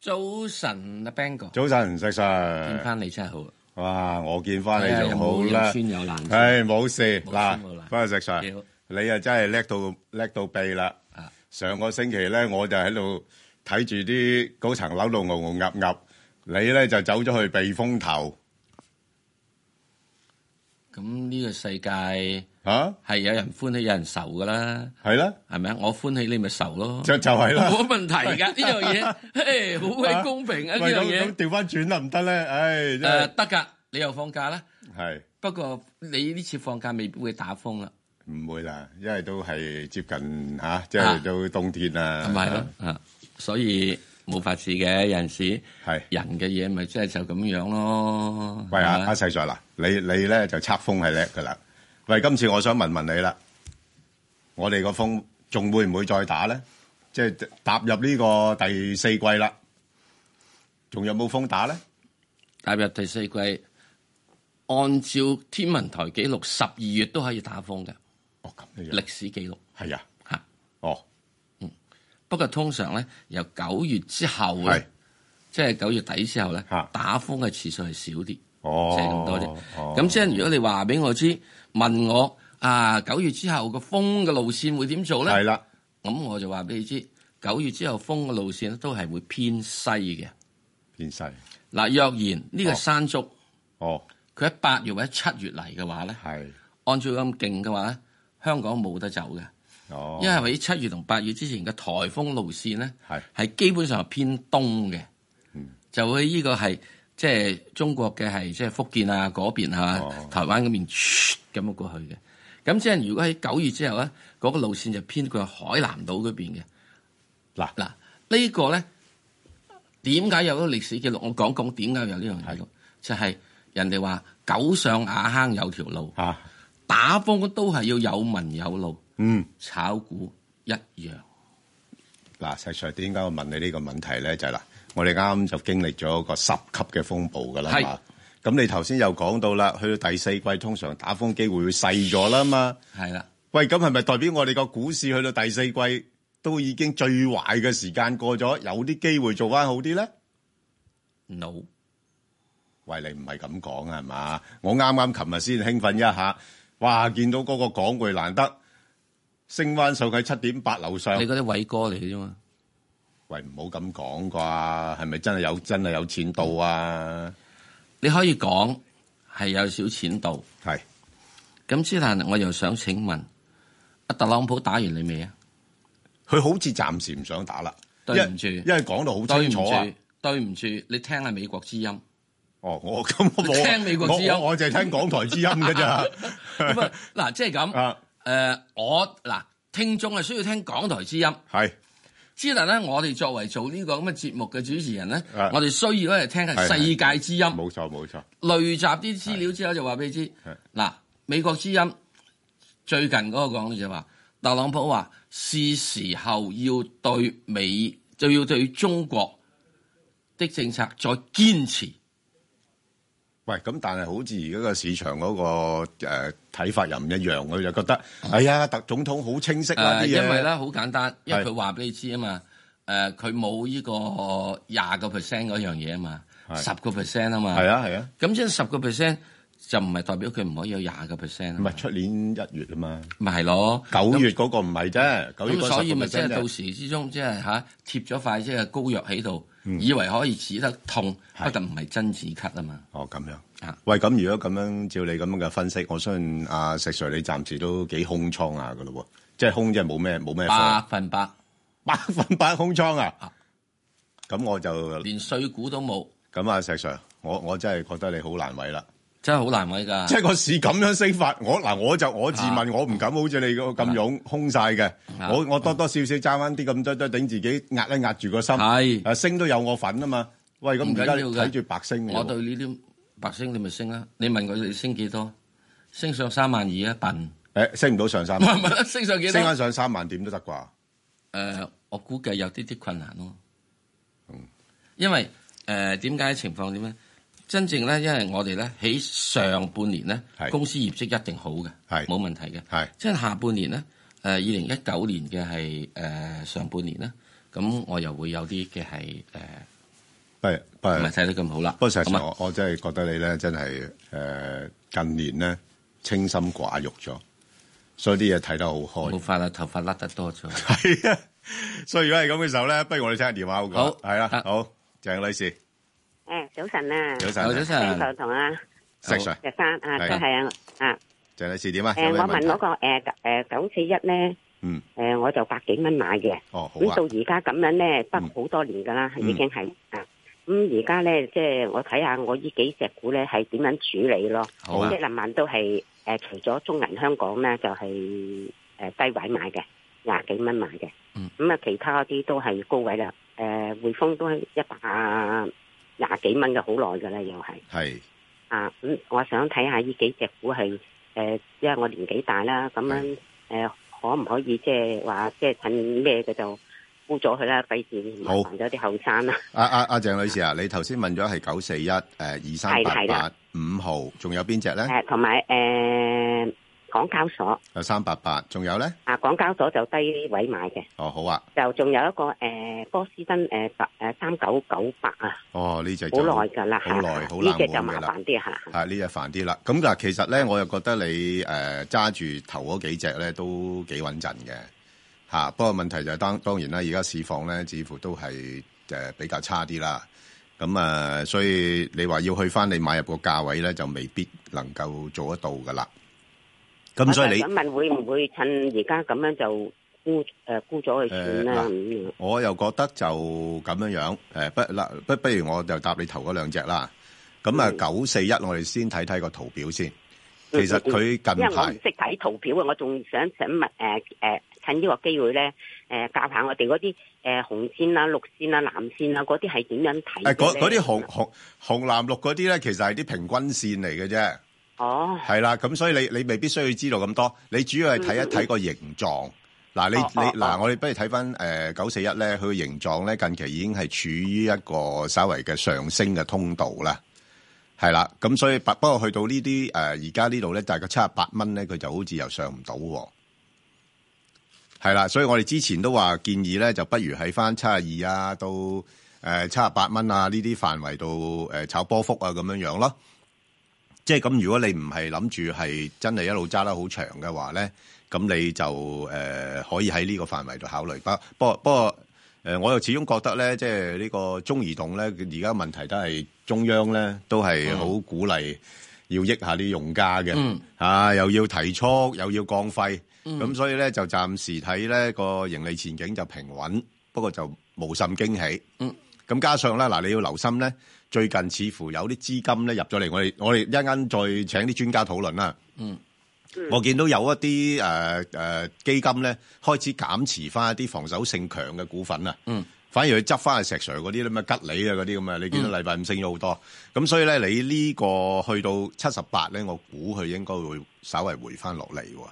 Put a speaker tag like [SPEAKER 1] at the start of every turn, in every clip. [SPEAKER 1] 早晨啊，Bang 哥，
[SPEAKER 2] 早晨，石 Sir。
[SPEAKER 1] 見翻你真係好啊！
[SPEAKER 2] 哇，我見翻你就好
[SPEAKER 1] 冇
[SPEAKER 2] 啦
[SPEAKER 1] 有。酸有難酸
[SPEAKER 2] 唉，冇事
[SPEAKER 1] 冇
[SPEAKER 2] 嗱
[SPEAKER 1] 酸冇，難
[SPEAKER 2] 不過石 Sir，
[SPEAKER 1] 你好
[SPEAKER 2] 你啊真係叻到叻到痹啦
[SPEAKER 1] 啊。
[SPEAKER 2] 上個星期咧，我就喺度睇住啲高層樓度牛牛鴨鴨，你咧就走咗去避風頭
[SPEAKER 1] 咁呢個世界
[SPEAKER 2] 嚇，
[SPEAKER 1] 係有人歡喜有人愁噶啦，
[SPEAKER 2] 係啦，
[SPEAKER 1] 係咪啊？我歡喜你咪愁咯，
[SPEAKER 2] 就就係啦。
[SPEAKER 1] 冇問題 㗎。呢樣嘢，嘿，好鬼公平啊！呢
[SPEAKER 2] 喂
[SPEAKER 1] 樣
[SPEAKER 2] 咁
[SPEAKER 1] 嘢
[SPEAKER 2] 咁調翻轉得唔得咧？唉，真係
[SPEAKER 1] 誒得㗎，你又放假啦。
[SPEAKER 2] 係
[SPEAKER 1] 不過你呢次放假未必會打風啊啦，
[SPEAKER 2] 唔會啦，因為都係接近嚇，即
[SPEAKER 1] 啊
[SPEAKER 2] 係到冬天啦。
[SPEAKER 1] 係咪咯？啊，所以冇法事嘅，有陣時
[SPEAKER 2] 係。
[SPEAKER 1] 人嘅嘢咪即係就咁樣咯。
[SPEAKER 2] 喂啊，
[SPEAKER 1] 係咪
[SPEAKER 2] 阿細 Sir 嗱，你你咧就測風係叻噶啦。喂，今次我想問問你啦，我哋個風仲會唔會再打咧？即係踏入呢個第四季啦，仲有冇風打咧？
[SPEAKER 1] 踏入第四季，按照天文台記錄，十二月都可以打風嘅
[SPEAKER 2] 哦，咁樣
[SPEAKER 1] 歷史記錄
[SPEAKER 2] 係啊，
[SPEAKER 1] 嚇。
[SPEAKER 2] 哦，
[SPEAKER 1] 不過通常咧，由九月之後
[SPEAKER 2] 係
[SPEAKER 1] 咧，即係九月底之後咧
[SPEAKER 2] 嚇，
[SPEAKER 1] 打風嘅次數係少啲，即
[SPEAKER 2] 哦，
[SPEAKER 1] 係咁多啫。
[SPEAKER 2] 哦
[SPEAKER 1] 咁即係如果你話俾我知，問我啊九月之後個風嘅路線會點做
[SPEAKER 2] 係
[SPEAKER 1] 咧？
[SPEAKER 2] 啦，
[SPEAKER 1] 咁我就話俾你知，九月之後風嘅路線都係會偏西嘅。
[SPEAKER 2] 變細，
[SPEAKER 1] 嗱，若然呢個
[SPEAKER 2] 哦
[SPEAKER 1] 山竹
[SPEAKER 2] 哦，
[SPEAKER 1] 佢喺八月或者七月嚟嘅話咧。
[SPEAKER 2] 係，
[SPEAKER 1] 按照咁勁嘅話咧，香港冇得走嘅，
[SPEAKER 2] 哦，
[SPEAKER 1] 因為喺七月同八月之前嘅颱風路線咧，
[SPEAKER 2] 係
[SPEAKER 1] 係基本上係偏東嘅，
[SPEAKER 2] 嗯
[SPEAKER 1] 就會呢個係即係中國嘅係即係福建啊嗰邊啊，
[SPEAKER 2] 哦
[SPEAKER 1] 台灣嗰邊噓咁樣過去嘅。咁即係如果喺九月之後咧，啊嗰、個路線就偏過海南島嗰邊嘅。
[SPEAKER 2] 嗱
[SPEAKER 1] 嗱，呢個咧點解有咗歷史記錄？我講講點解有呢樣嘢，就係人哋話九上瓦坑有條路。
[SPEAKER 2] 嚇，
[SPEAKER 1] 打風都係要有文有路，
[SPEAKER 2] 嗯。
[SPEAKER 1] 炒股一樣。
[SPEAKER 2] 嗱，石 Sir，點解我問你呢個問題咧？就係、嗱，我哋啱啱就經歷咗個十級嘅風暴噶啦
[SPEAKER 1] 係
[SPEAKER 2] 嘛。咁你頭先又講到啦，去到第四季通常打風機會會細咗啦嘛。
[SPEAKER 1] 係啦，
[SPEAKER 2] 喂，咁係咪代表我哋個股市去到第四季都已經最壞嘅時間過咗，有啲機會做翻好啲咧？
[SPEAKER 1] no
[SPEAKER 2] 喂，你唔係咁講啊係嘛？我啱啱琴日先興奮一下，哇！見到嗰個港匯難得升翻上去七點八樓上
[SPEAKER 1] 你。嗰啲偉哥嚟嘅啫嘛。
[SPEAKER 2] 喂，唔好咁講啩，係咪真係有真係有錢到啊？
[SPEAKER 1] 你可以講係有少錢度，
[SPEAKER 2] 係
[SPEAKER 1] 咁之但我又想請問，阿特朗普打完你未啊？
[SPEAKER 2] 佢好似暫時唔想打啦，
[SPEAKER 1] 對
[SPEAKER 2] 因為
[SPEAKER 1] 唔住
[SPEAKER 2] 因為講到好
[SPEAKER 1] 對唔
[SPEAKER 2] 清楚啊。
[SPEAKER 1] 住，對唔住，你聽下美國之音。
[SPEAKER 2] 哦，我咁我
[SPEAKER 1] 你
[SPEAKER 2] 冇啊
[SPEAKER 1] 聽美國之音
[SPEAKER 2] 我我我就係聽港台之音㗎咋。
[SPEAKER 1] 咁 啊嗱，即係咁。
[SPEAKER 2] 啊，
[SPEAKER 1] 誒，我嗱聽眾啊係需要聽港台之音。
[SPEAKER 2] 係
[SPEAKER 1] 之但咧，我哋作為做呢個咁嘅節目嘅主持人咧，
[SPEAKER 2] 啊
[SPEAKER 1] 我哋需要咧聽下
[SPEAKER 2] 係係
[SPEAKER 1] 世界之音。
[SPEAKER 2] 冇錯冇錯，
[SPEAKER 1] 累集啲資料之後就話俾你知
[SPEAKER 2] 係，
[SPEAKER 1] 嗱美國之音最近嗰個講就話，特朗普話是時候要對美就要對中國的政策再堅持。
[SPEAKER 2] 喂，咁但係好似而家個市場嗰個誒睇法又唔一樣，佢就覺得，哎呀，特總統好清晰
[SPEAKER 1] 誒、
[SPEAKER 2] 啦啲嘢。
[SPEAKER 1] 呃因為咧好簡單，因為
[SPEAKER 2] 係
[SPEAKER 1] 佢話俾你知啊嘛，誒佢冇呢個廿個 percent 嗰樣嘢啊嘛，
[SPEAKER 2] 係
[SPEAKER 1] 十個 percent 啊嘛，
[SPEAKER 2] 係啊係啊，
[SPEAKER 1] 咁即係十個 percent 就唔係代表佢唔可以有廿個 percent 啊
[SPEAKER 2] 唔
[SPEAKER 1] 嘛
[SPEAKER 2] 係，出年一月啊嘛，
[SPEAKER 1] 咪係咯，
[SPEAKER 2] 九月嗰個唔係啫，九月
[SPEAKER 1] 咁
[SPEAKER 2] 嗰
[SPEAKER 1] 所以咪
[SPEAKER 2] 10%
[SPEAKER 1] 即係
[SPEAKER 2] 啫
[SPEAKER 1] 到時之中，即係嚇貼咗塊即係膏藥喺度，
[SPEAKER 2] 嗯
[SPEAKER 1] 以為可以止得痛，
[SPEAKER 2] 係
[SPEAKER 1] 不但唔係真止咳啊嘛。
[SPEAKER 2] 哦，咁樣
[SPEAKER 1] 啊。
[SPEAKER 2] 喂，咁如果咁樣照你咁樣嘅分析，我相信阿石 Sir 你暫時都幾空倉下噶咯喎，即係空即係冇咩冇咩
[SPEAKER 1] 百
[SPEAKER 2] 貨，
[SPEAKER 1] 分百
[SPEAKER 2] 百分 百空倉啊
[SPEAKER 1] 啊！
[SPEAKER 2] 咁我就
[SPEAKER 1] 連碎股都冇，
[SPEAKER 2] 咁啊，石 Sir，我我真係覺得你好難為啦，
[SPEAKER 1] 真係好難為㗎。
[SPEAKER 2] 即係個市咁樣升法，我嗱我就我自問我唔敢好似你個咁勇空晒嘅，
[SPEAKER 1] 啊
[SPEAKER 2] 我我多多少少爭翻啲咁多多頂自己壓一壓住個心，
[SPEAKER 1] 係
[SPEAKER 2] 啊升都有我份啊嘛，喂咁
[SPEAKER 1] 唔
[SPEAKER 2] 而
[SPEAKER 1] 緊
[SPEAKER 2] 家
[SPEAKER 1] 要
[SPEAKER 2] 你
[SPEAKER 1] 嘅
[SPEAKER 2] 睇住白升喎
[SPEAKER 1] 我對呢啲白星你咪升啦。你問佢你升幾多？升上三萬二啊， 笨！
[SPEAKER 2] 誒升唔到上三
[SPEAKER 1] 唔
[SPEAKER 2] 萬，
[SPEAKER 1] 係唔係升上幾多？
[SPEAKER 2] 升翻
[SPEAKER 1] 誒、
[SPEAKER 2] 上三萬點都得啩？
[SPEAKER 1] 我估計有啲啲困難咯。
[SPEAKER 2] 嗯
[SPEAKER 1] 因為誒點解情況點咧？真正咧，因為我哋咧喺上半年咧
[SPEAKER 2] 係，
[SPEAKER 1] 公司業績一定好嘅，
[SPEAKER 2] 係
[SPEAKER 1] 冇問題嘅。
[SPEAKER 2] 係
[SPEAKER 1] 即係下半年咧，誒二零一九呃年嘅係誒上半年咧，咁我又會有啲嘅係誒呃
[SPEAKER 2] 不過不過
[SPEAKER 1] 唔係睇得咁好啦。
[SPEAKER 2] 不過實際
[SPEAKER 1] 咁啊
[SPEAKER 2] 上，我我真係覺得你咧，真係誒、呃近年咧清心寡欲咗，所以啲嘢睇得好
[SPEAKER 1] 冇
[SPEAKER 2] 開。
[SPEAKER 1] 法啦，頭髮甩得 多咗。
[SPEAKER 2] 係啊，所以如果係咁嘅時候咧，不如我哋聽下電話好過
[SPEAKER 1] 好
[SPEAKER 2] 係啦
[SPEAKER 1] 啊，
[SPEAKER 2] 好，鄭女士，
[SPEAKER 3] 诶，早晨啊，
[SPEAKER 2] 早晨
[SPEAKER 1] 早
[SPEAKER 2] 啊，
[SPEAKER 1] 晨，
[SPEAKER 3] 同啊
[SPEAKER 2] 石 Sir，
[SPEAKER 3] 石生啊，
[SPEAKER 2] 係
[SPEAKER 3] 都系啊啊，
[SPEAKER 2] 鄭女士點啊？
[SPEAKER 3] 诶，
[SPEAKER 2] 有
[SPEAKER 3] 我
[SPEAKER 2] 咩問
[SPEAKER 3] 問嗰
[SPEAKER 2] 題？
[SPEAKER 3] 個诶诶九四一咧，
[SPEAKER 2] 嗯，
[SPEAKER 3] 诶，我就百幾蚊買嘅，
[SPEAKER 2] 哦，好
[SPEAKER 3] 咁
[SPEAKER 2] 啊
[SPEAKER 3] 到，而家咁樣咧，得
[SPEAKER 2] 嗯
[SPEAKER 3] 好多年噶啦，
[SPEAKER 2] 嗯
[SPEAKER 3] 已經係啊。咁而家咧，即係我睇下我呢幾隻股咧係點樣處理咯。
[SPEAKER 1] 好啊
[SPEAKER 3] 即係林萬都係诶，除咗中銀香港咧，就係诶低位買嘅，廿幾蚊買嘅。
[SPEAKER 1] 嗯
[SPEAKER 3] 咁啊，其他嗰啲都係高位啦。诶，匯豐都係一百廿幾蚊嘅，好耐噶啦，又係。
[SPEAKER 2] 係
[SPEAKER 3] 啊，咁、我想睇下呢幾隻股係誒，因為我年紀大啦，咁樣誒、可唔可以即係話即係趁咩嘅就沽咗佢啦，費事麻
[SPEAKER 2] 好
[SPEAKER 3] 煩咗啲後生啦。
[SPEAKER 2] 啊啊啊，鄭女士啊，你頭先問咗係九四一誒呃二三
[SPEAKER 3] 係
[SPEAKER 2] 八
[SPEAKER 3] 係
[SPEAKER 2] 八
[SPEAKER 3] 啦
[SPEAKER 2] 五號，仲有邊只咧？
[SPEAKER 3] 誒，同埋誒港交所
[SPEAKER 2] 有三八八，仲有咧？
[SPEAKER 3] 啊，港交所就低位買嘅，
[SPEAKER 2] 哦，好啊，
[SPEAKER 3] 就仲有一個誒、波司登誒八誒三九九八啊，
[SPEAKER 2] 哦，呢只
[SPEAKER 3] 好耐㗎啦，
[SPEAKER 2] 好耐好冷
[SPEAKER 3] 呢隻就
[SPEAKER 2] 門
[SPEAKER 3] 麻
[SPEAKER 2] 㗎啦
[SPEAKER 3] 煩啲嚇。
[SPEAKER 2] 啊，呢只煩啲啦。咁嗱，其實咧，我又覺得你誒揸住頭嗰幾隻咧都幾穩陣嘅嚇。不過問題就係當當然啦，而家市況咧似乎都係誒、呃比較差啲啦。咁啊、呃所以你話要去翻你買入個價位咧，就未必能夠做得到噶啦。咁所以
[SPEAKER 3] 我
[SPEAKER 2] 你
[SPEAKER 3] 就想問會唔會趁而家咁樣就沽誒、沽咗佢算啦
[SPEAKER 2] 誒嗱
[SPEAKER 3] 咁樣？
[SPEAKER 2] 我又覺得就咁樣樣，誒、不嗱不不如我就答你頭嗰兩隻啦。咁啊
[SPEAKER 3] 嗯
[SPEAKER 2] 九四一，我哋先睇睇個圖表先。
[SPEAKER 3] 嗯
[SPEAKER 2] 其實
[SPEAKER 3] 嗯嗯
[SPEAKER 2] 佢近
[SPEAKER 3] 因為我唔
[SPEAKER 2] 排
[SPEAKER 3] 識睇圖表啊，我仲想想問誒誒，趁呢個機會咧，誒、教下我哋嗰啲誒紅線啦、綠線啦、藍線啦嗰啲係點樣睇
[SPEAKER 2] 誒
[SPEAKER 3] 嘅
[SPEAKER 2] 嗰
[SPEAKER 3] 呢
[SPEAKER 2] 嗰啲紅紅紅藍綠嗰啲咧，其實係啲平均線嚟嘅啫，
[SPEAKER 3] 哦，
[SPEAKER 2] 係啦。咁所以你你未必需要知道咁多，你主要係睇一睇個形狀。嗱，你
[SPEAKER 3] 嗯哦哦
[SPEAKER 2] 你嗱，
[SPEAKER 3] 哦
[SPEAKER 2] 我哋不如睇翻誒九四一咧，佢個形狀咧近期已經係處於一個稍微嘅上升嘅通道啦，係啦。咁所以不不過去到呢啲誒呃而家呢度咧，大概七十八蚊咧，佢就好似又上唔到喎。係啦，所以我哋之前都話建議咧，就不如喺翻七廿二啊到誒七廿八蚊啊呢啲範圍度誒炒波幅啊咁樣樣咯。即係咁，如果你唔係諗住係真係一路揸得好長嘅話咧，咁你就誒、呃可以喺呢個範圍度考慮。不不過不過誒、呃我又始終覺得咧，即係呢個中移動咧，而家問題都係中央咧都係好鼓勵要益下啲用家嘅。
[SPEAKER 1] 嗯
[SPEAKER 2] 啊，又要提速，又要降費，咁、所以咧就暫時睇咧個盈利前景就平穩，不過就無甚驚喜。
[SPEAKER 1] 嗯，
[SPEAKER 2] 咁加上咧嗱，你要留心咧，最近似乎有啲資金咧入咗嚟，我哋我哋一陣再請啲專家討論啦。
[SPEAKER 1] 嗯，
[SPEAKER 2] 我見到有一啲誒誒基金咧開始減持翻一啲防守性強嘅股份啊。
[SPEAKER 1] 嗯。
[SPEAKER 2] 反而佢執翻去石 Sir 嗰啲咁嘅吉利啊嗰啲咁啊，你見
[SPEAKER 1] 嗯
[SPEAKER 2] 到禮拜五升咗好多，咁、所以咧你呢個去到七十八咧，我估佢應該會稍微回翻落嚟喎。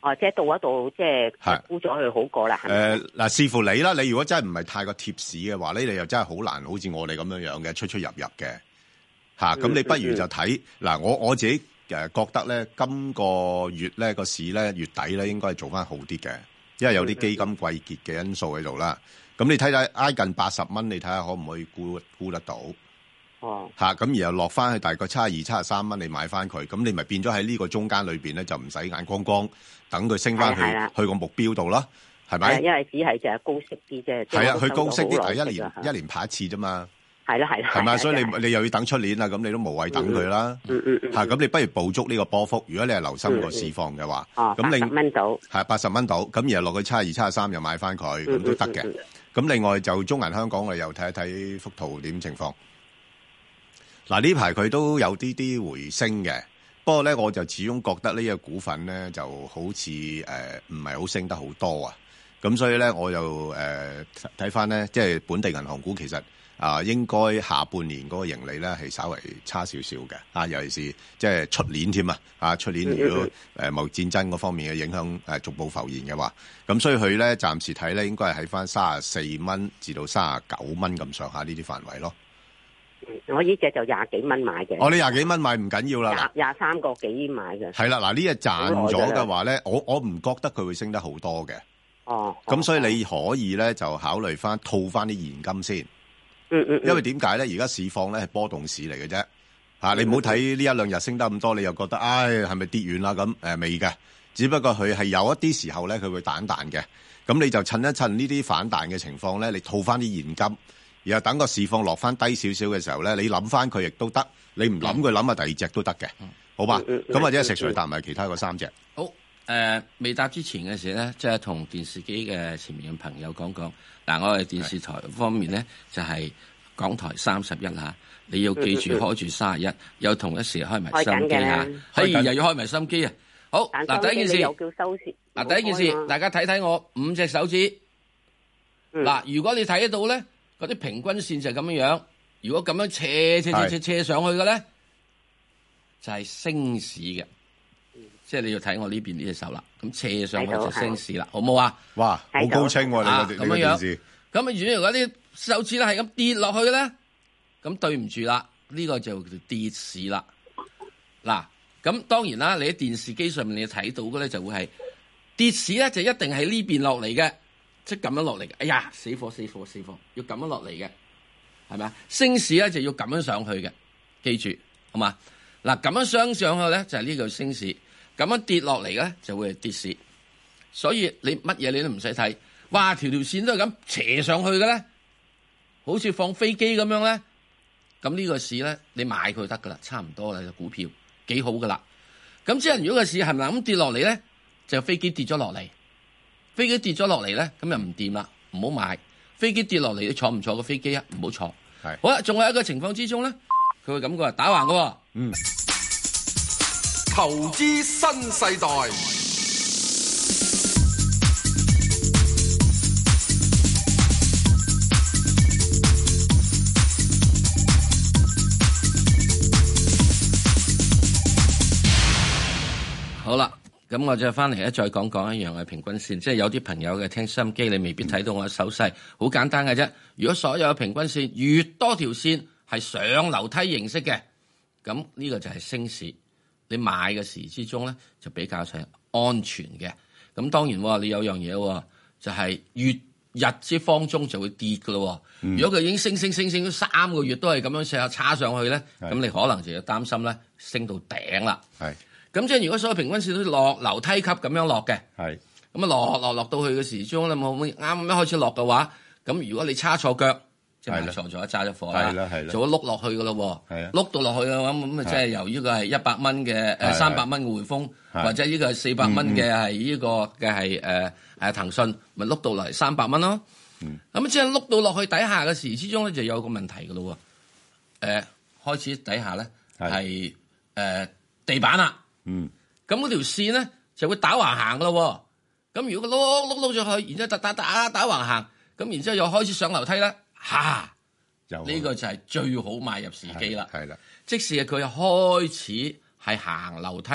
[SPEAKER 3] 哦，即係到嗰度即
[SPEAKER 2] 係
[SPEAKER 3] 係沽咗佢好過啦，係咪？
[SPEAKER 2] 誒呃嗱、視乎你啦，你如果真係唔係太過貼市嘅話咧，你又真係好難好似我哋咁樣樣嘅出出入入嘅嚇。咁、
[SPEAKER 3] 嗯
[SPEAKER 2] 你不如
[SPEAKER 3] 嗯
[SPEAKER 2] 就睇嗱、我我自己誒覺得咧，今個月咧個市咧月底咧應該係做翻好啲嘅，因為有
[SPEAKER 3] 嗯
[SPEAKER 2] 啲基金季結嘅因素喺度啦。咁你睇睇挨近八十蚊，你睇下可唔可以估估得到？
[SPEAKER 3] 哦，
[SPEAKER 2] 嚇，咁然後落翻去大概七二、七十三蚊，你買翻佢，咁你咪變咗喺呢個中間裏邊咧，就唔使眼光光等佢升翻去
[SPEAKER 3] 係啦係啦
[SPEAKER 2] 去個目標度啦，係
[SPEAKER 3] 係啊
[SPEAKER 2] 咪？
[SPEAKER 3] 因為只係就係高息啲啫，即
[SPEAKER 2] 係啊，
[SPEAKER 3] 我都
[SPEAKER 2] 佢高息啲，
[SPEAKER 3] 收咗好
[SPEAKER 2] 但
[SPEAKER 3] 耐
[SPEAKER 2] 係一年
[SPEAKER 3] 㗎
[SPEAKER 2] 一年派一次啫嘛，
[SPEAKER 3] 係啦係啦，
[SPEAKER 2] 係咪？
[SPEAKER 3] 啦
[SPEAKER 2] 所以
[SPEAKER 3] 係啦
[SPEAKER 2] 你你又要等出年啦，咁你都無謂等佢啦
[SPEAKER 3] 嗯嗯嗯
[SPEAKER 2] 嚇。咁你不如捕捉呢個波幅，如果你係留心個
[SPEAKER 3] 嗯嗯
[SPEAKER 2] 市況嘅話，
[SPEAKER 3] 哦，
[SPEAKER 2] 咁
[SPEAKER 3] 八十
[SPEAKER 2] 另
[SPEAKER 3] 蚊到，
[SPEAKER 2] 係八十蚊到，咁然後落去七二、七十三又買翻佢，咁都得嘅
[SPEAKER 3] 嗯。
[SPEAKER 2] 咁另外就中銀香港，我哋又睇一睇幅圖點情況。嗱呢排佢都有啲啲回升嘅，不過咧我就始終覺得呢個股份咧就好似誒唔係好升得好多啊。咁所以咧我就誒睇翻咧，即係本地銀行股其實啊、應該下半年嗰個盈利咧係稍微差少少嘅啊，尤其是即係出年添啊啊出年如果誒貿易戰爭嗰方面嘅影響誒逐步浮現嘅話。咁所以佢咧暫時睇咧，應該係喺翻三十四蚊至到三十九蚊咁上下呢啲範圍咯。
[SPEAKER 3] 我呢只就廿幾蚊買嘅，
[SPEAKER 2] 我你廿幾蚊買唔緊要啦，
[SPEAKER 3] 廿廿三個幾買
[SPEAKER 2] 嗱，
[SPEAKER 3] 嘅
[SPEAKER 2] 係啦，嗱呢一賺
[SPEAKER 3] 好
[SPEAKER 2] 咗
[SPEAKER 3] 耐㗎
[SPEAKER 2] 嘅
[SPEAKER 3] 啦
[SPEAKER 2] 話咧，我我唔覺得佢會升得好多嘅。
[SPEAKER 3] 哦，
[SPEAKER 2] 咁所以
[SPEAKER 3] 哦
[SPEAKER 2] 你可以咧就考慮翻套翻啲現金先
[SPEAKER 3] 嗯嗯，嗯
[SPEAKER 2] 因為點解咧？而家市況咧係波動市嚟嘅啫，
[SPEAKER 3] 嗯
[SPEAKER 2] 嚇你唔好睇呢一兩日升得咁多，你又覺得唉係咪跌遠啦咁？誒未嘅，只不過佢係有一啲時候咧，佢會彈彈嘅。咁你就趁一趁呢啲反彈嘅情況咧，你套翻啲現金，然後等個市況落翻低少少嘅時候咧，你諗翻佢亦都得，你唔諗佢諗下第二隻都得嘅，好吧？
[SPEAKER 3] 嗯嗯嗯
[SPEAKER 2] 咁或者
[SPEAKER 3] 嗯
[SPEAKER 2] 食
[SPEAKER 3] 嗯
[SPEAKER 2] 水搭埋其他嗰三隻，
[SPEAKER 1] 好誒，未答之前嘅時咧，即係同電視機嘅前面嘅朋友講講。嗱，我哋電視台方面咧就係港台三十一嚇，你要記住
[SPEAKER 3] 嗯嗯嗯
[SPEAKER 1] 開住三十一，有同一時開埋
[SPEAKER 3] 開緊
[SPEAKER 1] 心機
[SPEAKER 3] 嘅
[SPEAKER 1] 嚇，
[SPEAKER 2] 開
[SPEAKER 1] 嘿
[SPEAKER 2] 緊
[SPEAKER 1] 又要開埋心機啊！好
[SPEAKER 3] 但
[SPEAKER 1] 嗱，第一件
[SPEAKER 3] 你
[SPEAKER 1] 事
[SPEAKER 3] 又。叫收市，
[SPEAKER 1] 嗱，第一件
[SPEAKER 3] 啊
[SPEAKER 1] 事，大家睇睇我五隻手指。
[SPEAKER 3] 嗯
[SPEAKER 1] 嗱、如果你睇得到咧，嗰啲平均線就係咁樣樣。如果咁樣斜斜斜斜斜上去嘅咧，就係、升市嘅。即係你要睇我呢邊呢隻手啦。咁斜上去
[SPEAKER 3] 嗯睇到
[SPEAKER 1] 就升市啦，好冇啊？
[SPEAKER 2] 哇，好
[SPEAKER 3] 睇到
[SPEAKER 2] 高清喎、
[SPEAKER 1] 啊
[SPEAKER 2] 你
[SPEAKER 1] 咁
[SPEAKER 2] 個你個
[SPEAKER 1] 樣樣
[SPEAKER 2] 電視，
[SPEAKER 1] 咁啊，如果嗰啲手指咧係咁跌落去嘅咧，咁對唔住啦，呢、個就叫做跌市啦。嗱，咁當然啦，你喺電視機上面你睇到嘅咧就會係跌市咧，就一定係呢邊落嚟嘅，即係咁樣落嚟嘅。哎呀，死火死火死火，要咁樣落嚟嘅，係咪啊？升市咧就要咁樣上去嘅，記住好嘛？嗱，咁樣上上去咧就係呢個升市，咁樣跌落嚟咧就會係跌市。所以你乜嘢你都唔使睇，哇條條線都係咁斜上去嘅咧，好似放飛機咁樣咧，咁呢個市咧你買佢得噶啦，差唔多啦，股票幾好噶啦。咁之後如果個市係咪咁跌落嚟咧，就飛機跌咗落嚟，飛機跌咗落嚟咧，咁又唔掂啦，唔好買。飛機跌落嚟，你坐唔坐個飛機啊？唔好坐。
[SPEAKER 2] 係
[SPEAKER 1] 好啦，仲有一個情況之中咧，佢會感覺係打橫嘅喎。
[SPEAKER 4] 投資新世代，
[SPEAKER 1] 好啦，咁我就翻嚟咧，再講講一樣嘅平均線，即係有啲朋友嘅聽收音機，你未必睇到我嘅手勢，好簡單嘅啫。如果所有嘅平均線越多條線係上樓梯形式嘅，咁呢個就係升市。你買嘅時之中咧，就比較上安全嘅。咁當然喎，你有樣嘢喎，就係、月日之方中就會跌嘅咯喎。如果佢已經升升升升咗三個月都係咁樣上下叉上去咧，
[SPEAKER 2] 係
[SPEAKER 1] 咁你可能就要擔心咧升到頂啦。
[SPEAKER 2] 係
[SPEAKER 1] 咁即係如果所有平均線都落樓梯級咁樣落嘅，
[SPEAKER 2] 係
[SPEAKER 1] 咁啊落落落到去嘅時鐘咧，冇啱啱一開始落嘅話，咁如果你叉錯腳，即係
[SPEAKER 2] 係
[SPEAKER 1] 買
[SPEAKER 2] 啦
[SPEAKER 1] 錯咗揸咗貨
[SPEAKER 2] 係啦係
[SPEAKER 1] 啦，
[SPEAKER 2] 啦
[SPEAKER 1] 就會碌落去噶咯
[SPEAKER 2] 係
[SPEAKER 1] 喎
[SPEAKER 2] 啊，
[SPEAKER 1] 碌到落去嘅話，咁啊即係由呢個係一百蚊嘅誒
[SPEAKER 2] 係
[SPEAKER 1] 三百蚊嘅匯豐，
[SPEAKER 2] 係嗯
[SPEAKER 1] 或者呢個係四百蚊嘅係呢個嘅係誒誒騰訊，咪碌到嚟三百蚊咯。
[SPEAKER 2] 嗯
[SPEAKER 1] 咁啊即係碌到落去底下嘅時之中咧，就有個問題噶咯喎。誒開始底下咧
[SPEAKER 2] 係
[SPEAKER 1] 係誒地板啦。
[SPEAKER 2] 嗯
[SPEAKER 1] 咁嗰條線咧就會打橫行噶咯喎。咁如果佢碌碌碌咗去，然之後打打打打橫行，咁然之後又開始上樓梯啦，嚇、
[SPEAKER 2] 有
[SPEAKER 1] 呢個就係最好買入時機啦。
[SPEAKER 2] 啊係啦。
[SPEAKER 1] 即使係佢開始係行樓梯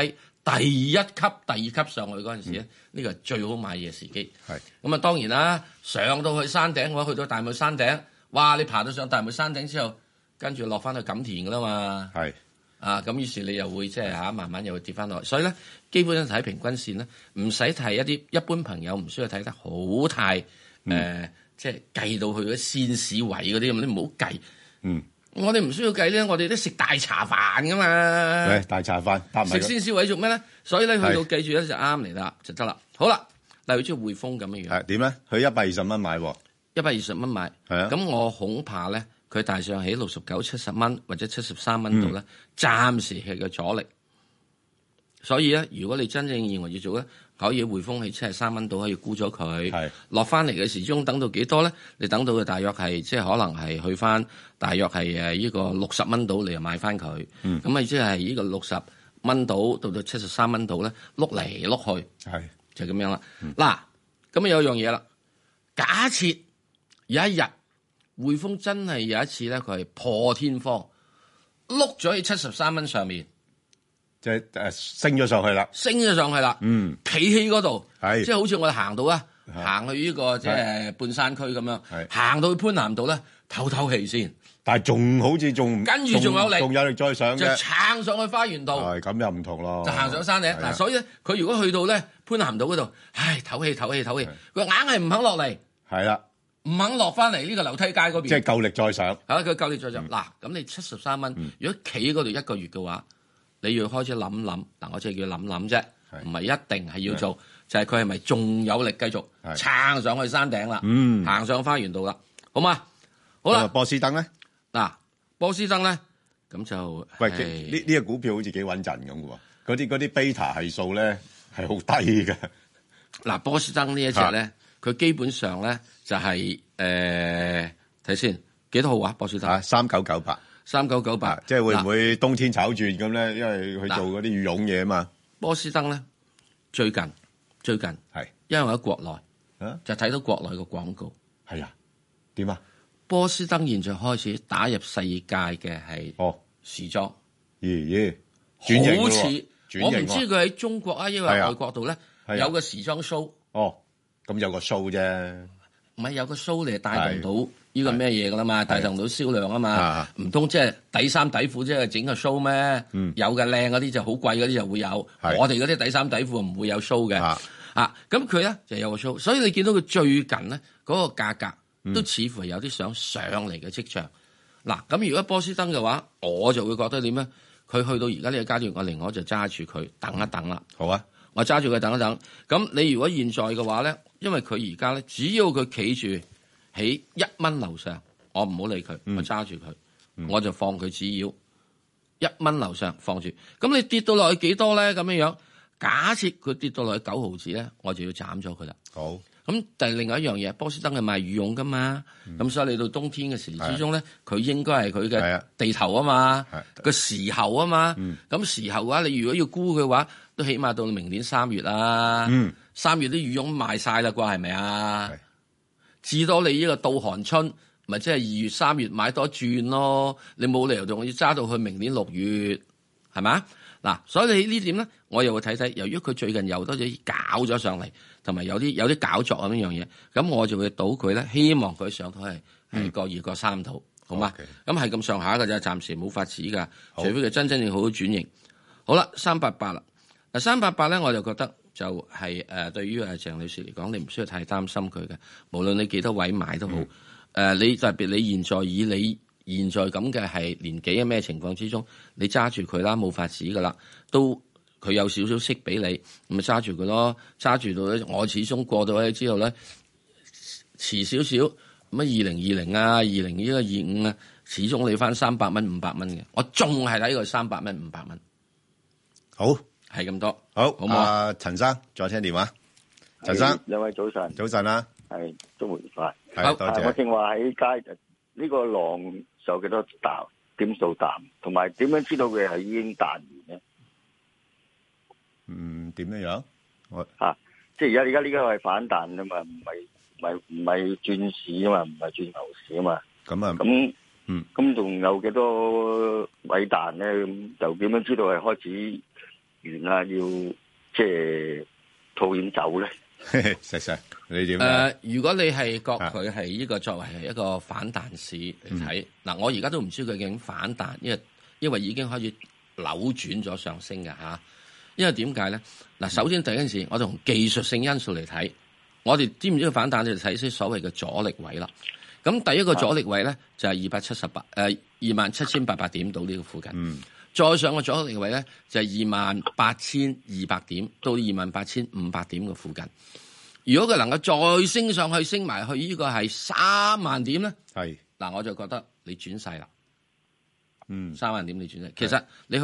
[SPEAKER 1] 第一級、第二級上去嗰陣時咧，呢個係最好買嘢時機。
[SPEAKER 2] 係
[SPEAKER 1] 咁啊，當然啦，上到去山頂嘅話，去到大帽山頂，哇！你爬到上大帽山頂之後，跟住落翻去錦田噶啦嘛。
[SPEAKER 2] 係
[SPEAKER 1] 啊，咁於是你又會即係啊嚇，慢慢又會跌翻落嚟。所以咧，基本上睇平均線咧，唔使睇一啲一般朋友唔需要睇得好太誒、
[SPEAKER 2] 嗯
[SPEAKER 1] 呃即係計到佢嗰線市位嗰啲咁，你唔好計。
[SPEAKER 2] 嗯，
[SPEAKER 1] 我哋唔需要計咧，我哋都食大茶飯噶
[SPEAKER 2] 喂
[SPEAKER 1] 嘛，。
[SPEAKER 2] 大茶飯搭
[SPEAKER 1] 食
[SPEAKER 2] 埋佢
[SPEAKER 1] 線市位做咩咧？所以咧，去到
[SPEAKER 2] 係
[SPEAKER 1] 記住咧就啱嚟啦，就得啦。好啦，例如好似匯豐咁樣樣，
[SPEAKER 2] 係點咧？佢一百二十蚊買喎，
[SPEAKER 1] 一百二十蚊買，
[SPEAKER 2] 係啊
[SPEAKER 1] 咁我恐怕咧，佢大上喺六十九、七十蚊或者七十三蚊度咧，暫時係個阻力。所以咧，如果你真正認為要做咧，可以匯豐喺七十三蚊度可以沽咗佢
[SPEAKER 2] 係，
[SPEAKER 1] 落翻嚟嘅時鐘等到幾多咧？你等到佢大約係即係可能係去翻大約係誒呢個六十蚊度，你又買翻佢。咁啊，即係呢個六十蚊度到到七十三蚊度咧，碌嚟碌去。
[SPEAKER 2] 係
[SPEAKER 1] 就咁樣啦。嗱、咁啊有樣嘢啦。假設有一日匯豐真係有一次咧，佢係破天荒碌咗喺七十三蚊上面，
[SPEAKER 2] 即係誒升咗上去啦。
[SPEAKER 1] 升咗上去啦，
[SPEAKER 2] 嗯，
[SPEAKER 1] 企喺嗰度，
[SPEAKER 2] 係
[SPEAKER 1] 即係好似我哋行到啊，
[SPEAKER 2] 係
[SPEAKER 1] 行去呢個即係半山區咁樣，
[SPEAKER 2] 係
[SPEAKER 1] 行到去潘南道咧，唞唞氣先，
[SPEAKER 2] 但係仲好似仲
[SPEAKER 1] 跟住仲有力
[SPEAKER 2] 仲有力再上
[SPEAKER 1] 就
[SPEAKER 2] 嘅。
[SPEAKER 1] 撐上去花園道。
[SPEAKER 2] 係咁又唔同咯，
[SPEAKER 1] 就行上山頂
[SPEAKER 2] 係啊
[SPEAKER 1] 嗱，所以咧，佢如果去到咧潘南道嗰度，唉，唞氣唞氣唞氣，佢硬係唔肯落嚟，
[SPEAKER 2] 係啦，
[SPEAKER 1] 唔唔肯落翻嚟呢個樓梯街嗰邊，
[SPEAKER 2] 即係夠力再上。
[SPEAKER 1] 係啦，佢夠你再入
[SPEAKER 2] 嗯
[SPEAKER 1] 嗱，咁你七十三蚊，如果企嗰度一個月嘅話，你要開始諗諗嗱，我即係叫諗諗啫，
[SPEAKER 2] 係
[SPEAKER 1] 唔係一定係要做，就係佢係咪仲有力繼續
[SPEAKER 2] 係
[SPEAKER 1] 撐上去山頂啦，
[SPEAKER 2] 嗯
[SPEAKER 1] 行上花園度啦，好嘛？好
[SPEAKER 2] 咁啊
[SPEAKER 1] 啦，
[SPEAKER 2] 波斯登咧，
[SPEAKER 1] 嗱，波斯登咧，咁就
[SPEAKER 2] 喂，
[SPEAKER 1] 唉
[SPEAKER 2] 呢呢只股票好似幾穩陣咁嘅喎，嗰啲嗰啲 beta 係數咧係好低嘅，
[SPEAKER 1] 嗱，波士登呢一隻咧，佢基本上咧就係誒睇先幾多號啊？波士
[SPEAKER 2] 啊
[SPEAKER 1] 登
[SPEAKER 2] 三九九八，
[SPEAKER 1] 三九九八
[SPEAKER 2] 啊，即係會唔會冬天炒轉咁咧？因為佢
[SPEAKER 1] 嗱
[SPEAKER 2] 做嗰啲羽絨嘢啊嘛，
[SPEAKER 1] 波士登咧？最近最近，
[SPEAKER 2] 係
[SPEAKER 1] 因為我喺國內
[SPEAKER 2] 啊，
[SPEAKER 1] 就睇到國內嘅廣告，
[SPEAKER 2] 係啊，點啊？
[SPEAKER 1] 波士登現在開始打入世界嘅係
[SPEAKER 2] 哦，
[SPEAKER 1] 時裝，
[SPEAKER 2] 咦咦，轉型
[SPEAKER 1] 好
[SPEAKER 2] 嘅
[SPEAKER 1] 似
[SPEAKER 2] 喎
[SPEAKER 1] 我唔
[SPEAKER 2] 轉型
[SPEAKER 1] 知
[SPEAKER 2] 喎，
[SPEAKER 1] 佢喺中國啊，因為
[SPEAKER 2] 係啊
[SPEAKER 1] 外國度咧
[SPEAKER 2] 係啊
[SPEAKER 1] 有個時裝 show，
[SPEAKER 2] 哦，咁有個數啫，
[SPEAKER 1] 唔係有個 show 你係帶動到呢個咩嘢㗎啦嘛，帶動到銷量啊嘛
[SPEAKER 2] 啊，嗯
[SPEAKER 1] 唔通即係底衫底褲即係整個 show 咩？有嘅靚嗰啲就好貴嗰啲就會有，
[SPEAKER 2] 係
[SPEAKER 1] 我哋嗰啲底衫底褲唔會有 show 嘅
[SPEAKER 2] 啊。
[SPEAKER 1] 啊，咁佢咧就有個 show，所以你見到佢最近咧嗰個價格都似乎係有啲想上嚟嘅跡象。嗱，咁如果波司登嘅話，我就會覺得點咧？佢去到而家呢個階段，我寧可就揸住佢等一等啦。
[SPEAKER 2] 好啊，
[SPEAKER 1] 我揸住佢等一等。咁你如果現在嘅話咧，因為佢而家咧，只要佢企住喺一蚊樓上，我唔好理佢，我揸住佢，我就放佢只要一蚊樓上放住。咁你跌到落去幾多咧？咁樣樣，假設佢跌到落去九毫子咧，我就要斬咗佢啦。
[SPEAKER 2] 好，
[SPEAKER 1] 咁但係另外一樣嘢，波司登係賣羽絨噶嘛，咁、所以你到冬天嘅時之中咧，佢應該係佢
[SPEAKER 2] 嗯係
[SPEAKER 1] 嘅
[SPEAKER 2] 啊
[SPEAKER 1] 地頭啊嘛
[SPEAKER 2] 係，嗯
[SPEAKER 1] 個時候啊嘛，咁、時候嘅話，你如果要估嘅話，都起碼到明年三月啦，
[SPEAKER 2] 嗯
[SPEAKER 1] 三月啲羽絨賣晒啦啩，係咪啊
[SPEAKER 2] 係？
[SPEAKER 1] 至多你呢個到寒春，咪即係二月三月買多轉咯，你冇理由仲要揸到去明年六月，係咪啊？嗱，所以你呢點咧，我又會睇睇，由於佢最近又多咗搞咗上嚟，同埋有啲有啲搞作咁樣樣嘢，咁我就會賭佢咧，希望佢上到係係個二個三度，好嘛
[SPEAKER 2] 嗯 OK？
[SPEAKER 1] 咁係咁上下嘅啫，暫時冇法子㗎，除
[SPEAKER 2] 好
[SPEAKER 1] 非佢真真正好好轉型。好啦，三八八啦，嗱三八八咧，我就覺得就係、誒、對於誒鄭女士嚟講，你唔需要太擔心佢嘅，無論你幾多位買都好，誒、
[SPEAKER 2] 嗯
[SPEAKER 1] 你特別你現在以你。現在咁嘅係年紀嘅咩情況之中，你揸住佢啦，冇法子噶啦，都佢有少少息俾你，咁咪揸住佢咯，揸住到咧，我始終過到咧之後咧，遲少少咁啊，二零二零啊，二零呢個二五啊，始終你翻三百蚊、五百蚊嘅，我仲係睇佢三百蚊、五百蚊，
[SPEAKER 2] 好，
[SPEAKER 1] 係咁多。
[SPEAKER 2] 好，
[SPEAKER 1] 好唔好啊
[SPEAKER 2] 啊，陳生再聽電話，陳生
[SPEAKER 5] 係兩位早晨，
[SPEAKER 2] 早晨啊，
[SPEAKER 5] 係中午愉快。啊
[SPEAKER 1] 好
[SPEAKER 2] 係多
[SPEAKER 5] 係
[SPEAKER 2] 謝，
[SPEAKER 5] 我正話喺街呢、個浪有幾多啖點數啖，同埋點樣知道佢係已經彈完咧？
[SPEAKER 2] 嗯，點樣樣？我
[SPEAKER 5] 嚇、即係而家而家呢個係反彈啊嘛，唔係唔係唔係轉市啊嘛，唔係轉牛市啊嘛。
[SPEAKER 2] 咁啊，
[SPEAKER 5] 咁
[SPEAKER 2] 嗯
[SPEAKER 5] 咁仲有幾多位彈咧？咁就點樣知道係開始完啦？要即係套險走咧？
[SPEAKER 2] 石 Sir，你點
[SPEAKER 1] 誒、
[SPEAKER 2] 啊？
[SPEAKER 1] 呃如果你係覺佢係呢個作為係一個反彈市嚟
[SPEAKER 2] 嗯
[SPEAKER 1] 睇，嗱、我而家都唔知佢究竟反彈，因為因為已經開始扭轉咗上升嘅嚇。因為點解咧？
[SPEAKER 2] 嗯
[SPEAKER 1] 嗱，首先第一件事，我哋從技術性因素嚟睇，我哋知唔知佢反彈？就睇啲所謂嘅阻力位啦。咁第一
[SPEAKER 2] 啊
[SPEAKER 1] 個阻力位咧就係二百七十八誒二萬七千八百點到呢個附近。
[SPEAKER 2] 嗯，
[SPEAKER 1] 再上個阻力位咧就係二萬八千二百點到二萬八千五百點嘅附近。如果佢能夠再升上去，升埋去呢個係三萬點咧，
[SPEAKER 2] 係，
[SPEAKER 1] 嗱我就覺得你轉勢啦，
[SPEAKER 2] 嗯，
[SPEAKER 1] 三萬點你轉勢。其實你去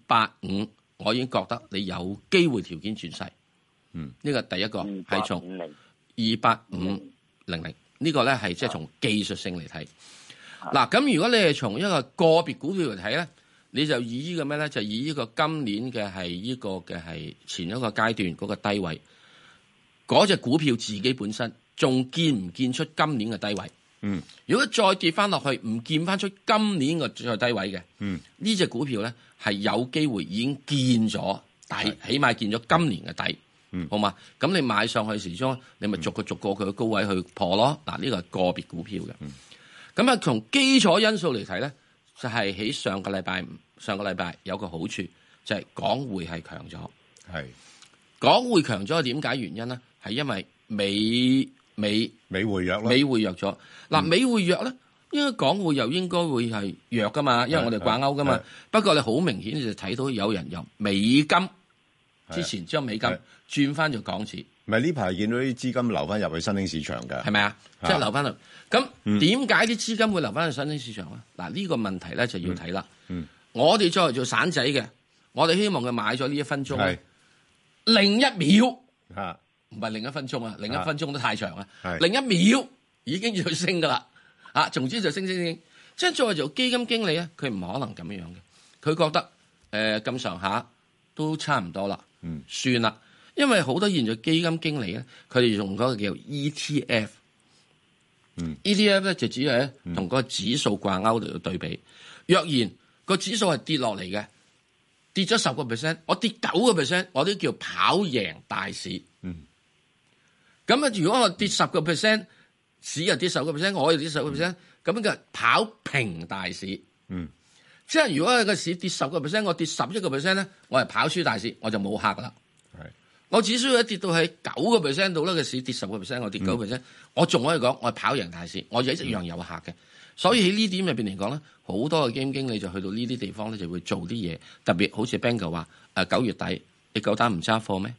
[SPEAKER 1] 到二百五，我已經覺得你有機會條件轉勢。
[SPEAKER 2] 嗯，
[SPEAKER 1] 呢個第一個係從
[SPEAKER 5] 五零
[SPEAKER 1] 二八五零零呢個咧係即係從技術性嚟睇。嗱，咁如果你係從一個個別股票嚟睇咧，你就以呢個咩咧？就以呢個今年嘅係呢個嘅係前一個階段嗰個低位，嗰只股票自己本身仲見唔見出今年嘅低位？
[SPEAKER 2] 嗯，
[SPEAKER 1] 如果再跌翻落去，唔見翻出今年嘅最低位嘅，
[SPEAKER 2] 嗯，
[SPEAKER 1] 呢只股票咧係有機會已經見咗底，起碼見咗今年嘅底，
[SPEAKER 2] 嗯
[SPEAKER 1] 好嘛？咁你買上去時鐘，你咪逐個逐個佢嘅高位去破咯。嗱，呢個係個別股票嘅。
[SPEAKER 2] 嗯
[SPEAKER 1] 咁啊，從基礎因素嚟睇咧，就係、喺上個禮拜五，上個禮拜有個好處就係、港匯係強咗。
[SPEAKER 2] 係，
[SPEAKER 1] 港匯強咗係點解原因咧？係因為美美
[SPEAKER 2] 美匯弱啦，嗯
[SPEAKER 1] 美匯弱咗。嗱，美匯弱咧，應該港匯又應該會係弱噶嘛，因為我哋掛鈎噶
[SPEAKER 2] 係
[SPEAKER 1] 嘛
[SPEAKER 2] 係。
[SPEAKER 1] 不過你好明顯你就睇到有人由美金之前將美金
[SPEAKER 2] 係
[SPEAKER 1] 轉翻做港紙，
[SPEAKER 2] 唔係呢排見到啲資金流翻入去新興市場 㗎，
[SPEAKER 1] 係咪啊？即
[SPEAKER 2] 係
[SPEAKER 1] 係留翻去。咁點解啲資金會留翻去新興市場咧？嗱，呢個問題咧就要睇啦。我哋作為做散仔嘅，我哋希望佢買咗呢一分鐘
[SPEAKER 2] 係啊
[SPEAKER 1] 咧，另一秒。
[SPEAKER 2] 嚇
[SPEAKER 1] 唔係另一分鐘啊，另一分鐘都太長啦
[SPEAKER 2] 係，
[SPEAKER 1] 另一秒已經要升噶啦，啊，總之就升升升，即係作為做基金經理咧，啊佢唔可能咁樣嘅，佢覺得呃誒咁上下都差唔多啦，
[SPEAKER 2] 嗯，
[SPEAKER 1] 算啦，因為好多現在基金經理咧，啊佢哋用嗰個叫 E ETF，
[SPEAKER 2] 嗯
[SPEAKER 1] ，ETF 咧就只係同個指數掛鈎嚟到對比，若然個指數係跌落嚟嘅，跌咗十個 percent，我跌九個 percent，我都叫跑贏大市。咁啊，如果我跌十個 percent，市又跌十個 percent，我又跌十個 percent，咁就跑平大市。
[SPEAKER 2] 嗯，
[SPEAKER 1] 即係如果個市跌十個 percent，我跌十一個 percent 咧，我係跑輸大市，我就冇客噶啦。
[SPEAKER 2] 係
[SPEAKER 1] 我只需要一跌到係九個 percent 到啦，個市跌十個 percent，我跌
[SPEAKER 2] 嗯
[SPEAKER 1] 九 percent，我仲可以講我係跑贏大市，我就一樣有客嘅。所以喺呢點入邊嚟講咧，好多嘅基金經理就去到呢啲地方咧，就會做啲嘢，特別好似 Bang 哥話，誒、啊九月底你夠膽唔揸貨咩？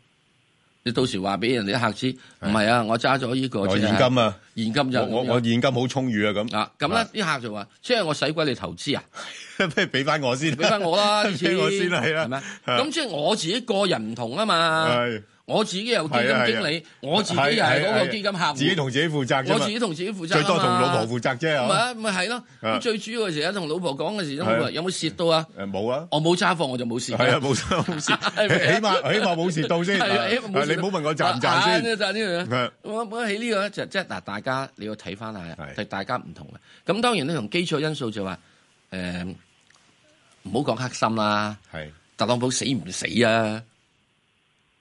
[SPEAKER 1] 你到時話俾人哋啲客知，唔係啊，我揸咗呢個
[SPEAKER 2] 嗯我
[SPEAKER 1] 即係
[SPEAKER 2] 現金啊，
[SPEAKER 1] 現金就
[SPEAKER 2] 我我我現金好充裕啊咁，
[SPEAKER 1] 啊咁啦，啲客就話，即係我使鬼你投資 啊，
[SPEAKER 2] 不如 俾翻我先，
[SPEAKER 1] 俾翻我啦，呢次
[SPEAKER 2] 俾我先啦係啦
[SPEAKER 1] 係咪？
[SPEAKER 2] 係
[SPEAKER 1] 咁即係我自己個人唔同啊嘛，
[SPEAKER 2] 係
[SPEAKER 1] 我自己有基金經理，我自己又係嗰個基金客戶，
[SPEAKER 2] 自己同自己負責啫嘛
[SPEAKER 1] 我自己同自己負責啊
[SPEAKER 2] 最
[SPEAKER 1] 嘛
[SPEAKER 2] 多同老婆負責啫，係嘛
[SPEAKER 1] 咪咪係咯，
[SPEAKER 2] 啊
[SPEAKER 1] 咁最主要嘅時候同老婆講嘅時候，
[SPEAKER 2] 係啊
[SPEAKER 1] 老婆話有冇蝕到啊？
[SPEAKER 2] 誒冇啊。
[SPEAKER 1] 我冇揸貨我就冇蝕㗎，
[SPEAKER 2] 係啊，冇冇事，
[SPEAKER 1] 係 咪啊
[SPEAKER 2] 起碼起碼冇事到 先。
[SPEAKER 1] 係啊
[SPEAKER 2] 啊你唔好問我賺唔賺
[SPEAKER 1] 賺呢樣
[SPEAKER 2] 先。係
[SPEAKER 1] 嘢。我我喺呢個就即係嗱，大家你要睇翻下，
[SPEAKER 2] 係
[SPEAKER 1] 係大家唔同嘅。咁當然咧，同基礎因素就話誒，唔好講黑心啦，
[SPEAKER 2] 係
[SPEAKER 1] 特朗普死唔死啊？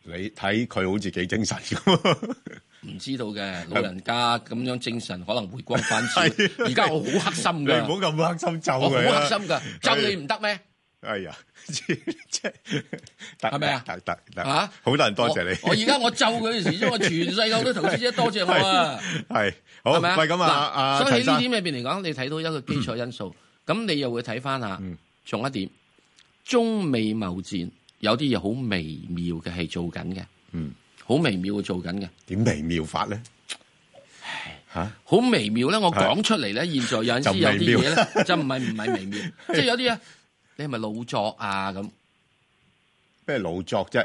[SPEAKER 2] 你睇佢好似幾精神咁，
[SPEAKER 1] 唔知道嘅老人家咁樣精神可能回光返照
[SPEAKER 2] 係。
[SPEAKER 1] 而家我好黑心
[SPEAKER 2] 你 唔好
[SPEAKER 1] 㗎，
[SPEAKER 2] 咁黑心咒
[SPEAKER 1] 我好
[SPEAKER 2] 佢啦
[SPEAKER 1] 黑心㗎，咒你唔得咩？
[SPEAKER 2] 哎呀，即即係
[SPEAKER 1] 係咪啊
[SPEAKER 2] 得得得，
[SPEAKER 1] 啊
[SPEAKER 2] 好多人多謝你。
[SPEAKER 1] 我我而家我咒佢嘅時鐘，我全世界好多投資者多謝我啊！
[SPEAKER 2] 係好，
[SPEAKER 1] 係咪
[SPEAKER 2] 喂咁啊，
[SPEAKER 1] 嗱
[SPEAKER 2] 阿
[SPEAKER 1] 所以喺
[SPEAKER 2] 陳
[SPEAKER 1] 呢
[SPEAKER 2] 生
[SPEAKER 1] 點入邊嚟講，你睇到一個基礎因素，咁你又會睇翻下，仲一點，中美貿戰有啲嘢好微妙嘅係做緊嘅，
[SPEAKER 2] 嗯，
[SPEAKER 1] 好微妙嘅做緊嘅，
[SPEAKER 2] 點微妙法咧？吓，
[SPEAKER 1] 好微妙咧。我講出嚟咧，現在有陣時有啲嘢咧，就唔係唔係微妙，即係有啲嘢，你係咪老作啊咁？
[SPEAKER 2] 咩老作啫？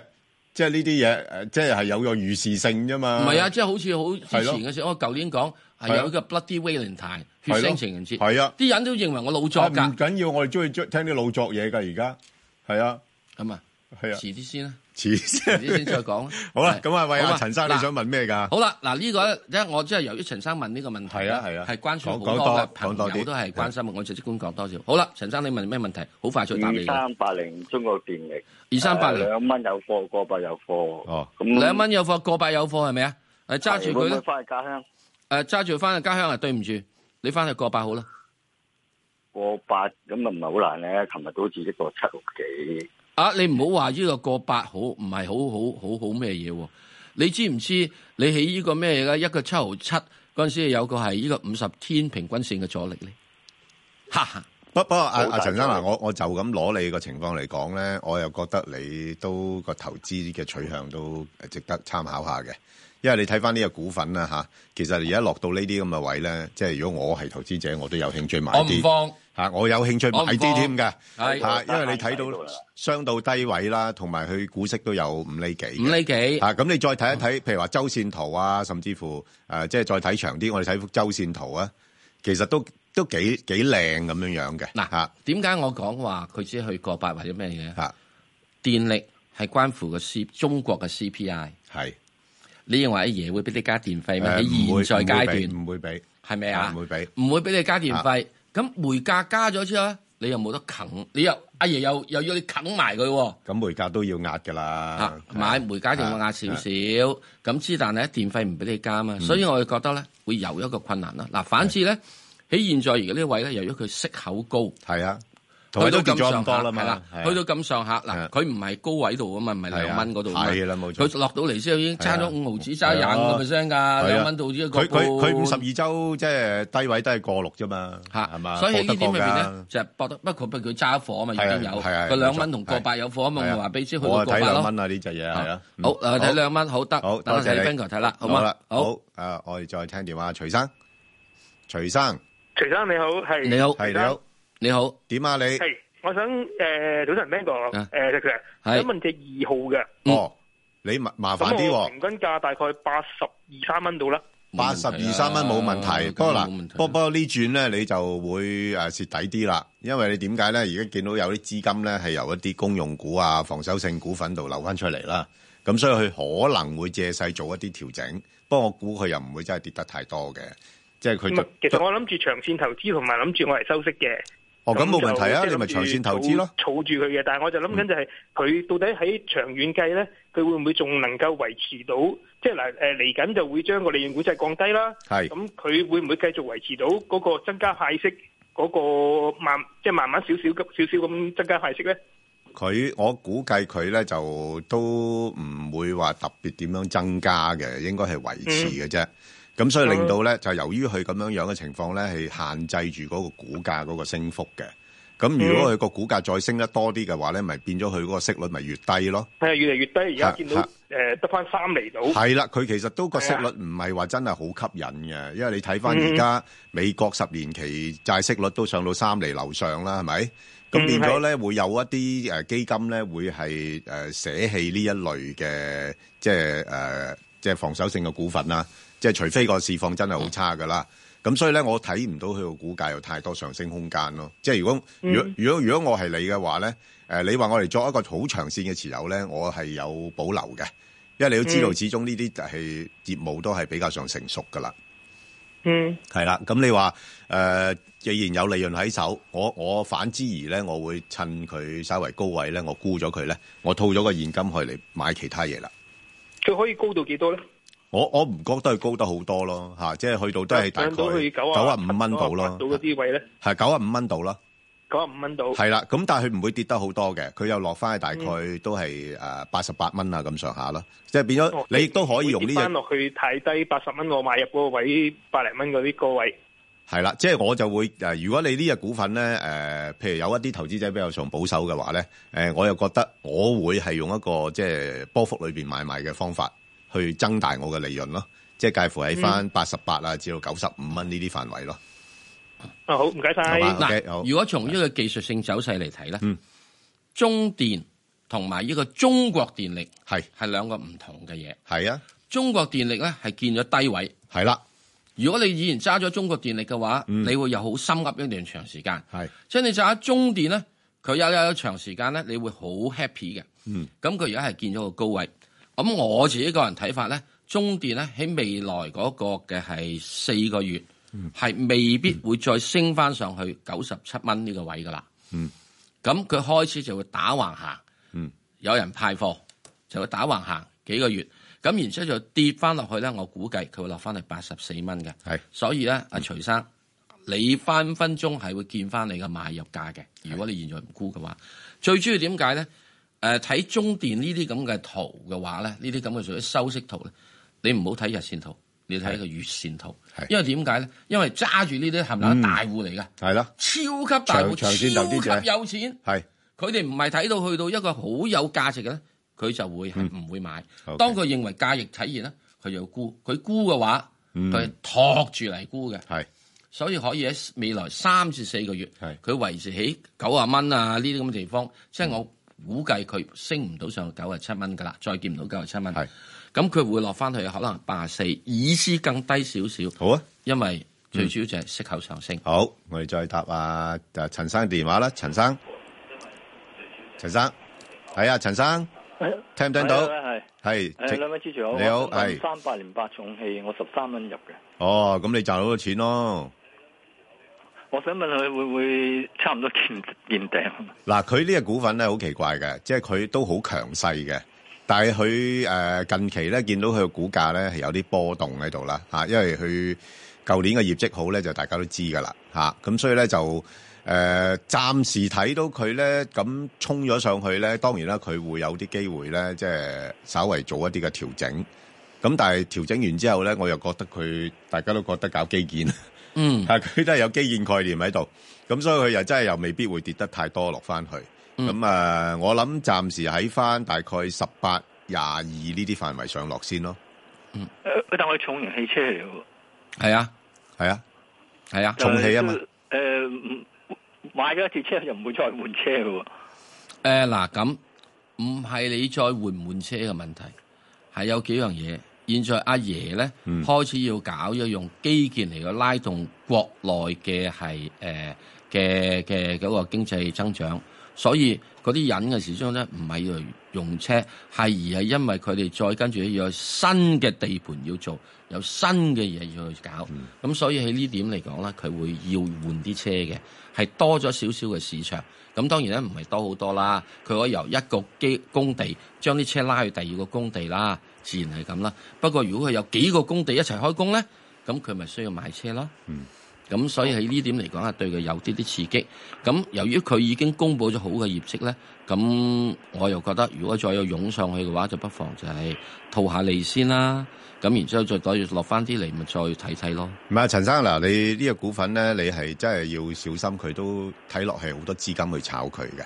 [SPEAKER 2] 即係呢啲嘢誒，即係係有個預示性啫
[SPEAKER 1] 唔
[SPEAKER 2] 嘛。
[SPEAKER 1] 係啊，即係好似好
[SPEAKER 2] 係
[SPEAKER 1] 之
[SPEAKER 2] 咯
[SPEAKER 1] 前嘅時候，我舊年講
[SPEAKER 2] 係
[SPEAKER 1] 係
[SPEAKER 2] 啊
[SPEAKER 1] 有一個 Bloody Valentine 血
[SPEAKER 2] 係咯，
[SPEAKER 1] 腥情人節，
[SPEAKER 2] 係啊，
[SPEAKER 1] 啲人都認為我老作
[SPEAKER 2] 啊唔
[SPEAKER 1] 㗎，
[SPEAKER 2] 緊要，我哋中意聽啲老作嘢㗎，而家係啊，
[SPEAKER 1] 咁啊，
[SPEAKER 2] 係啊
[SPEAKER 1] 遲，啲先啦，
[SPEAKER 2] 似
[SPEAKER 1] 遲啲先再
[SPEAKER 2] 先。
[SPEAKER 1] 講啦。
[SPEAKER 2] 好啦，
[SPEAKER 1] 係
[SPEAKER 2] 咁啊，喂，
[SPEAKER 1] 好
[SPEAKER 2] 阿陳生，你
[SPEAKER 1] 嗱
[SPEAKER 2] 想問咩㗎？
[SPEAKER 1] 好啦，嗱呢個咧，因為我即係由於陳生問呢個問題
[SPEAKER 2] 係
[SPEAKER 1] 咧，
[SPEAKER 2] 啊係啊
[SPEAKER 1] 係關注好
[SPEAKER 2] 講講
[SPEAKER 1] 多
[SPEAKER 2] 多
[SPEAKER 1] 嘅朋
[SPEAKER 2] 講多啲
[SPEAKER 1] 友都係關心嘅，我就即管講多少。好啦，陳生你問咩問題？好快脆答你
[SPEAKER 5] 二
[SPEAKER 1] 嘅。
[SPEAKER 5] 三八零中國電力，
[SPEAKER 1] 二三八零
[SPEAKER 6] 啊
[SPEAKER 5] 兩蚊有貨，個八有貨。
[SPEAKER 2] 哦，
[SPEAKER 5] 咁
[SPEAKER 1] 兩蚊有貨，個百有貨係咪啊？誒揸住佢
[SPEAKER 5] 會唔會
[SPEAKER 1] 啦，
[SPEAKER 5] 翻去家鄉
[SPEAKER 1] 誒揸住翻去家鄉啊！對唔住，你翻去個百好啦。
[SPEAKER 5] 個八，咁啊唔係好難咧。琴日都好似一個七六幾，
[SPEAKER 1] 啊，你唔好話呢個個百好，唔係好好好好咩嘢喎？你知唔知你喺呢個咩嘢嘅一個七毫七嗰陣時有個係呢個五十天平均線嘅阻力咧？哈哈，
[SPEAKER 2] 不不過阿
[SPEAKER 5] 好
[SPEAKER 2] 阿
[SPEAKER 5] 大
[SPEAKER 2] 陳生
[SPEAKER 5] 個
[SPEAKER 2] 嗱，我我就咁攞你個情況嚟講咧，我又覺得你都個投資嘅取向都誒值得參考下嘅，因為你睇翻呢個股份啦嚇，其實而家落到呢啲咁嘅位咧，即係如果我係投資者，我都有興趣買
[SPEAKER 1] 我唔
[SPEAKER 2] 啲
[SPEAKER 1] 放。
[SPEAKER 2] 嚇，我有興趣買
[SPEAKER 1] 我唔
[SPEAKER 2] 啲
[SPEAKER 1] 放
[SPEAKER 2] 添嘅
[SPEAKER 1] 係
[SPEAKER 2] 嚇，因為你睇到相到低位啦，同埋佢股息都有五厘幾嘅
[SPEAKER 1] 五厘幾，
[SPEAKER 2] 啊，咁你再睇一睇，譬如話周線圖啊，甚至乎誒、呃即係再睇長啲，我哋睇幅周線圖啊，其實都都幾幾靚咁樣樣嘅。
[SPEAKER 1] 嗱
[SPEAKER 2] 嚇
[SPEAKER 1] 點解我講話佢只去過百或者咩嘢？
[SPEAKER 2] 嚇
[SPEAKER 1] 電力係關乎個 C 中國嘅 CPI。
[SPEAKER 2] 係
[SPEAKER 1] 你認為阿爺會俾你加電費咩？
[SPEAKER 2] 誒唔會
[SPEAKER 1] 喺現在階
[SPEAKER 2] 唔會俾
[SPEAKER 1] 段
[SPEAKER 2] 唔會俾
[SPEAKER 1] 係咪啊？
[SPEAKER 2] 唔會啊俾
[SPEAKER 1] 唔會俾你加電費。咁煤價加咗之後咧，你又冇得啃，你又阿爺又又要你啃埋佢喎。
[SPEAKER 2] 咁煤價都要壓㗎啦
[SPEAKER 1] 啊，，買煤價一定會壓少少，
[SPEAKER 2] 啊
[SPEAKER 1] 咁之但係咧電費唔俾你加
[SPEAKER 2] 嗯
[SPEAKER 1] 嘛，所以我哋覺得咧會有一個困難啦。嗱，反之咧喺現在而家呢位咧，由於佢息口高，
[SPEAKER 2] 係啊，同埋
[SPEAKER 1] 去
[SPEAKER 2] 都
[SPEAKER 1] 到咁
[SPEAKER 2] 跌咗咁
[SPEAKER 1] 上
[SPEAKER 2] 多
[SPEAKER 1] 下
[SPEAKER 2] 啦嘛
[SPEAKER 1] 係啦
[SPEAKER 2] 係啊
[SPEAKER 1] 去到咁上下
[SPEAKER 2] 係啊
[SPEAKER 1] 嗱，佢唔係高位度啊嘛，唔係兩蚊嗰度啊嘛
[SPEAKER 2] 係啦冇錯
[SPEAKER 1] 佢落到嚟之後已經差
[SPEAKER 2] 係啊
[SPEAKER 1] 咗五毫子，差廿五個 percent 㗎，兩蚊到呢個
[SPEAKER 2] 佢-佢-佢52周，即係低位都係過六啫嘛，
[SPEAKER 1] 嚇，
[SPEAKER 2] 係嘛？
[SPEAKER 1] 所以喺呢啲
[SPEAKER 2] 搏得過㗎。
[SPEAKER 1] 裏邊咧就係搏得，不過不過佢揸貨啊嘛，已
[SPEAKER 2] 係啊
[SPEAKER 1] 經有
[SPEAKER 2] 係啊
[SPEAKER 1] 佢兩
[SPEAKER 2] 冇錯
[SPEAKER 1] 蚊同過百有貨啊嘛，
[SPEAKER 2] 係啊，
[SPEAKER 1] 我話俾你知去
[SPEAKER 2] 我啊
[SPEAKER 1] 到過百
[SPEAKER 2] 睇兩
[SPEAKER 1] 咯。
[SPEAKER 2] 蚊啊，呢隻嘢，
[SPEAKER 1] 啊
[SPEAKER 2] 係啊，
[SPEAKER 1] 好，
[SPEAKER 2] 嗯。
[SPEAKER 1] 誒睇兩蚊，好得，
[SPEAKER 2] 好，
[SPEAKER 1] 等我
[SPEAKER 2] 多謝
[SPEAKER 1] 睇
[SPEAKER 2] 你。
[SPEAKER 1] Ben 哥睇啦，好嘛
[SPEAKER 2] 好啦，？
[SPEAKER 1] 好，
[SPEAKER 2] 好，誒，我哋再聽電話，徐生。徐生，係，你好，
[SPEAKER 7] 徐生你好，系
[SPEAKER 1] 你好，你好，
[SPEAKER 2] 點啊，你？
[SPEAKER 7] 系，我想诶、呃早晨 Ben 哥
[SPEAKER 1] 啊，
[SPEAKER 7] 诶石 Sir，
[SPEAKER 1] 係
[SPEAKER 7] 想問只二號嘅，
[SPEAKER 1] 嗯。
[SPEAKER 2] 哦，你麻-
[SPEAKER 7] 咁
[SPEAKER 2] 麻煩啲喎，
[SPEAKER 7] 我平均價大概八十二三蚊到啦。
[SPEAKER 2] 82 83蚊冇問題，
[SPEAKER 1] 啊咁
[SPEAKER 2] 不過嗱，
[SPEAKER 1] 冇問題啊
[SPEAKER 2] 不-呃啊不過呢轉呢，你就會，啊，蝕底啲啦，因為你點解呢？而家見到有啲資金呢，係由一啲公用股啊、防守性股份度流返出嚟啦，咁所以佢可能會借勢做一啲調整，不過我估佢又唔會真係跌得太多嘅，即係佢
[SPEAKER 7] 唔
[SPEAKER 2] 就-
[SPEAKER 7] 係其實我諗住長線投資同埋諗住我係收息嘅。
[SPEAKER 2] 哦，咁冇
[SPEAKER 7] 就
[SPEAKER 2] 問題啊，
[SPEAKER 7] 即係
[SPEAKER 2] 你咪
[SPEAKER 7] 諗住
[SPEAKER 2] 長線投資咯。嗯
[SPEAKER 7] 儲儲住佢嘅。但係我就諗緊就係佢到底喺長遠計咧，佢會唔會仲能夠維持到？即係嗱誒嚟緊就會將個利潤管制降低啦。
[SPEAKER 2] 係
[SPEAKER 7] 咁佢會唔會繼續維持到嗰個增加派息嗰、個慢，即係慢慢少少咁少少咁增加派息咧？
[SPEAKER 2] 佢，我估計佢咧就都唔會話特別點樣增加嘅，應該係維持嘅啫。咁、所以令到咧就由於佢咁樣樣嘅情況咧，係限制住嗰個股價嗰個升幅嘅。咁如果佢個股價再升得多啲嘅話咧，咪變咗佢嗰個息率咪越低咯。
[SPEAKER 7] 係啊越嚟越低，而家
[SPEAKER 2] 係
[SPEAKER 7] 見到
[SPEAKER 2] 係
[SPEAKER 7] 誒得翻三厘到。
[SPEAKER 2] 係啦，佢其實都個息率
[SPEAKER 7] 係啊嗯
[SPEAKER 2] 唔係話真係好吸引嘅，因為你睇翻而家美國十年期債息率都上到三厘樓上啦，係咪？咁
[SPEAKER 7] 嗯
[SPEAKER 2] 變咗咧，會有一啲誒基金咧會係誒捨棄呢一類嘅即係誒即係防守性嘅股份啦，即係除非個市況真係好差噶啦。咁所以咧，我睇唔到佢個股價有太多上升空間咯。即係如果
[SPEAKER 7] 嗯
[SPEAKER 2] 如果如果如果我係你嘅話咧，誒、你話我哋作一個好長線嘅持有咧，我係有保留嘅，因為你都知道，始終呢啲就係業務都係比較上成熟噶啦。
[SPEAKER 7] 嗯，
[SPEAKER 2] 係啦，咁你話誒、呃既然有利潤喺手，我我反之而咧，我會趁佢稍為高位咧，我沽咗佢咧，我套咗個現金去嚟買其他嘢啦。
[SPEAKER 7] 佢可以高到幾多咧？
[SPEAKER 2] 我我唔覺得佢高得好多咯，嚇、即係去到都係大概
[SPEAKER 7] 上到去九
[SPEAKER 2] 九啊五蚊度咯
[SPEAKER 7] 到，嗰啲位咧，
[SPEAKER 2] 係九啊五蚊度啦。
[SPEAKER 7] 九啊五蚊到。
[SPEAKER 2] 係啦，咁但係佢唔會跌得好多嘅，佢又落翻去大
[SPEAKER 7] 嗯
[SPEAKER 2] 概都係誒八十八蚊啊咁上下咯，即係變咗
[SPEAKER 7] 哦
[SPEAKER 2] 你亦都可以用呢
[SPEAKER 7] 跌
[SPEAKER 2] 只
[SPEAKER 7] 翻落去太低八十蚊，我買入嗰個位百零蚊嗰啲個位。
[SPEAKER 2] 係啦，即係我就會誒、呃如果你呢只股份咧誒、呃譬如有一啲投資者比較上保守嘅話咧，誒、我又覺得我會係用一個即係波幅裏邊買賣嘅方法去增大我嘅利潤咯，即係介乎喺
[SPEAKER 7] 嗯
[SPEAKER 2] 翻八十八啊至到九十五蚊呢啲範圍咯。
[SPEAKER 7] 啊好，唔該晒
[SPEAKER 2] 好。嘛 OK，好
[SPEAKER 1] 嗱，如果從呢個技術性走勢嚟睇咧
[SPEAKER 2] 嗯，
[SPEAKER 1] 中電同埋呢個中國電力
[SPEAKER 2] 係
[SPEAKER 1] 係兩個唔同嘅嘢。
[SPEAKER 2] 係啊，
[SPEAKER 1] 中國電力咧係見咗低位，
[SPEAKER 2] 係啊啦，
[SPEAKER 1] 如果你以前揸咗中國電力嘅話，
[SPEAKER 2] 嗯
[SPEAKER 1] 你會有好深噏一段長時間。
[SPEAKER 2] 係
[SPEAKER 1] 即係你揸中電咧，佢有有有長時間咧，你會好 happy 嘅。
[SPEAKER 2] 嗯，
[SPEAKER 1] 咁佢而家係見咗個高位。咁我自己個人睇法咧，中電咧喺未來嗰個嘅係四個月，係、未必會再升翻上去九十七蚊呢個位噶啦。
[SPEAKER 2] 嗯，
[SPEAKER 1] 咁佢開始就會打橫行。
[SPEAKER 2] 嗯，
[SPEAKER 1] 有人派貨就會打橫行幾個月。咁然之後就跌翻落去咧，我估計佢會落翻去八十四蚊嘅。
[SPEAKER 2] 係嗯
[SPEAKER 1] 所以咧，阿徐生，你分分鐘係會見翻你嘅買入價嘅。如果你現在唔沽嘅話，最主要點解咧？誒、睇中電呢啲咁嘅圖嘅話咧，呢啲咁嘅屬於收息圖咧，你唔好睇日線圖，你睇個月線圖
[SPEAKER 2] 係。
[SPEAKER 1] 因為點解咧？因為揸住呢啲冚唪唥大戶嚟嘅，
[SPEAKER 2] 係啦，
[SPEAKER 1] 超級大戶，
[SPEAKER 2] 長長線投資者
[SPEAKER 1] 超級有錢。
[SPEAKER 2] 係
[SPEAKER 1] 佢哋唔係睇到去到一個好有價值嘅咧，佢就會係唔會買。
[SPEAKER 2] 嗯 OK
[SPEAKER 1] 當佢認為價值體現咧，佢就沽。佢沽嘅話，
[SPEAKER 2] 嗯
[SPEAKER 1] 佢係托住嚟沽嘅，
[SPEAKER 2] 係
[SPEAKER 1] 所以可以喺未來三至四個月，
[SPEAKER 2] 係嗯
[SPEAKER 1] 佢維持喺九啊蚊啊呢啲咁嘅地方。即係我估計佢升唔到上九啊七蚊㗎啦，再見唔到九啊七蚊。
[SPEAKER 2] 係
[SPEAKER 1] 咁佢會落翻去可能八啊四，以至更低少少，
[SPEAKER 2] 好啊，
[SPEAKER 1] 因為最主要就係息口上升。
[SPEAKER 2] 好，我哋再答啊啊陳生電話啦，陳生，陳生，係啊，陳生，聽唔聽到？
[SPEAKER 5] 啊
[SPEAKER 6] 係
[SPEAKER 2] 係，
[SPEAKER 6] 誒
[SPEAKER 2] 請
[SPEAKER 6] 兩位支持我，
[SPEAKER 2] 你好係
[SPEAKER 6] 三八零八重氣，我十三蚊入嘅，
[SPEAKER 2] 哦，咁你賺到咗錢咯。
[SPEAKER 6] 我想問佢會唔會差唔多見 見頂？
[SPEAKER 2] 嗱，佢呢個股份咧好奇怪嘅，即係佢都好強勢嘅，但係佢誒近期咧見到佢嘅股價咧係有啲波動喺度啦嚇，因為佢舊年嘅業績好咧就大家都知㗎啦嚇，咁所以咧就誒、誒，暫時睇到佢咧，咁衝咗上去咧，當然啦，佢會有啲機會咧，即係稍為做一啲嘅調整。咁但係調整完之後咧，我又覺得佢大家都覺得搞基建，
[SPEAKER 1] 嗯
[SPEAKER 2] 啊，佢都係有基建概念喺度，咁所以佢又真係又未必會跌得太多落翻去。
[SPEAKER 1] 嗯
[SPEAKER 2] 咁啊、我諗暫時喺翻大概十八、廿二呢啲範圍上落先咯。
[SPEAKER 6] 誒但係重型汽車嚟嘅喎。
[SPEAKER 1] 係啊，
[SPEAKER 2] 係啊，
[SPEAKER 1] 係啊。
[SPEAKER 2] 重汽啊嘛。
[SPEAKER 6] 誒、唔買咗一次車就唔會再換車嘅喎。
[SPEAKER 1] 诶，呃嗱咁，唔係你再換唔換車嘅問題，係有幾樣嘢。現在阿爺咧、
[SPEAKER 2] 嗯
[SPEAKER 1] 開始要搞要用基建嚟去拉動國內嘅係诶嘅嘅嗰個經濟增長，所以嗰啲人嘅時鐘咧唔係要用車，係而係因為佢哋再跟住要有新嘅地盤要做，有新嘅嘢要去搞，咁、所以喺呢點嚟講咧，佢會要換啲車嘅，係多咗少少嘅市場。咁當然咧，唔係多好多啦。佢可以由一個基工地將啲車拉去第二個工地啦，自然係咁啦。不過如果佢有幾個工地一齊開工咧，咁佢咪需要買車咯。
[SPEAKER 2] 嗯。
[SPEAKER 1] 咁所以喺呢點嚟講係啊對佢有啲啲刺激。咁由於佢已經公佈咗好嘅業績咧，咁我又覺得如果再有湧上去嘅話，就不妨就係套下利先啦。咁然之後再再落翻啲嚟，咪再睇睇咯。
[SPEAKER 2] 唔係，陳生嗱，你呢個股份咧，你係真係要小心，佢都睇落係好多資金去炒佢嘅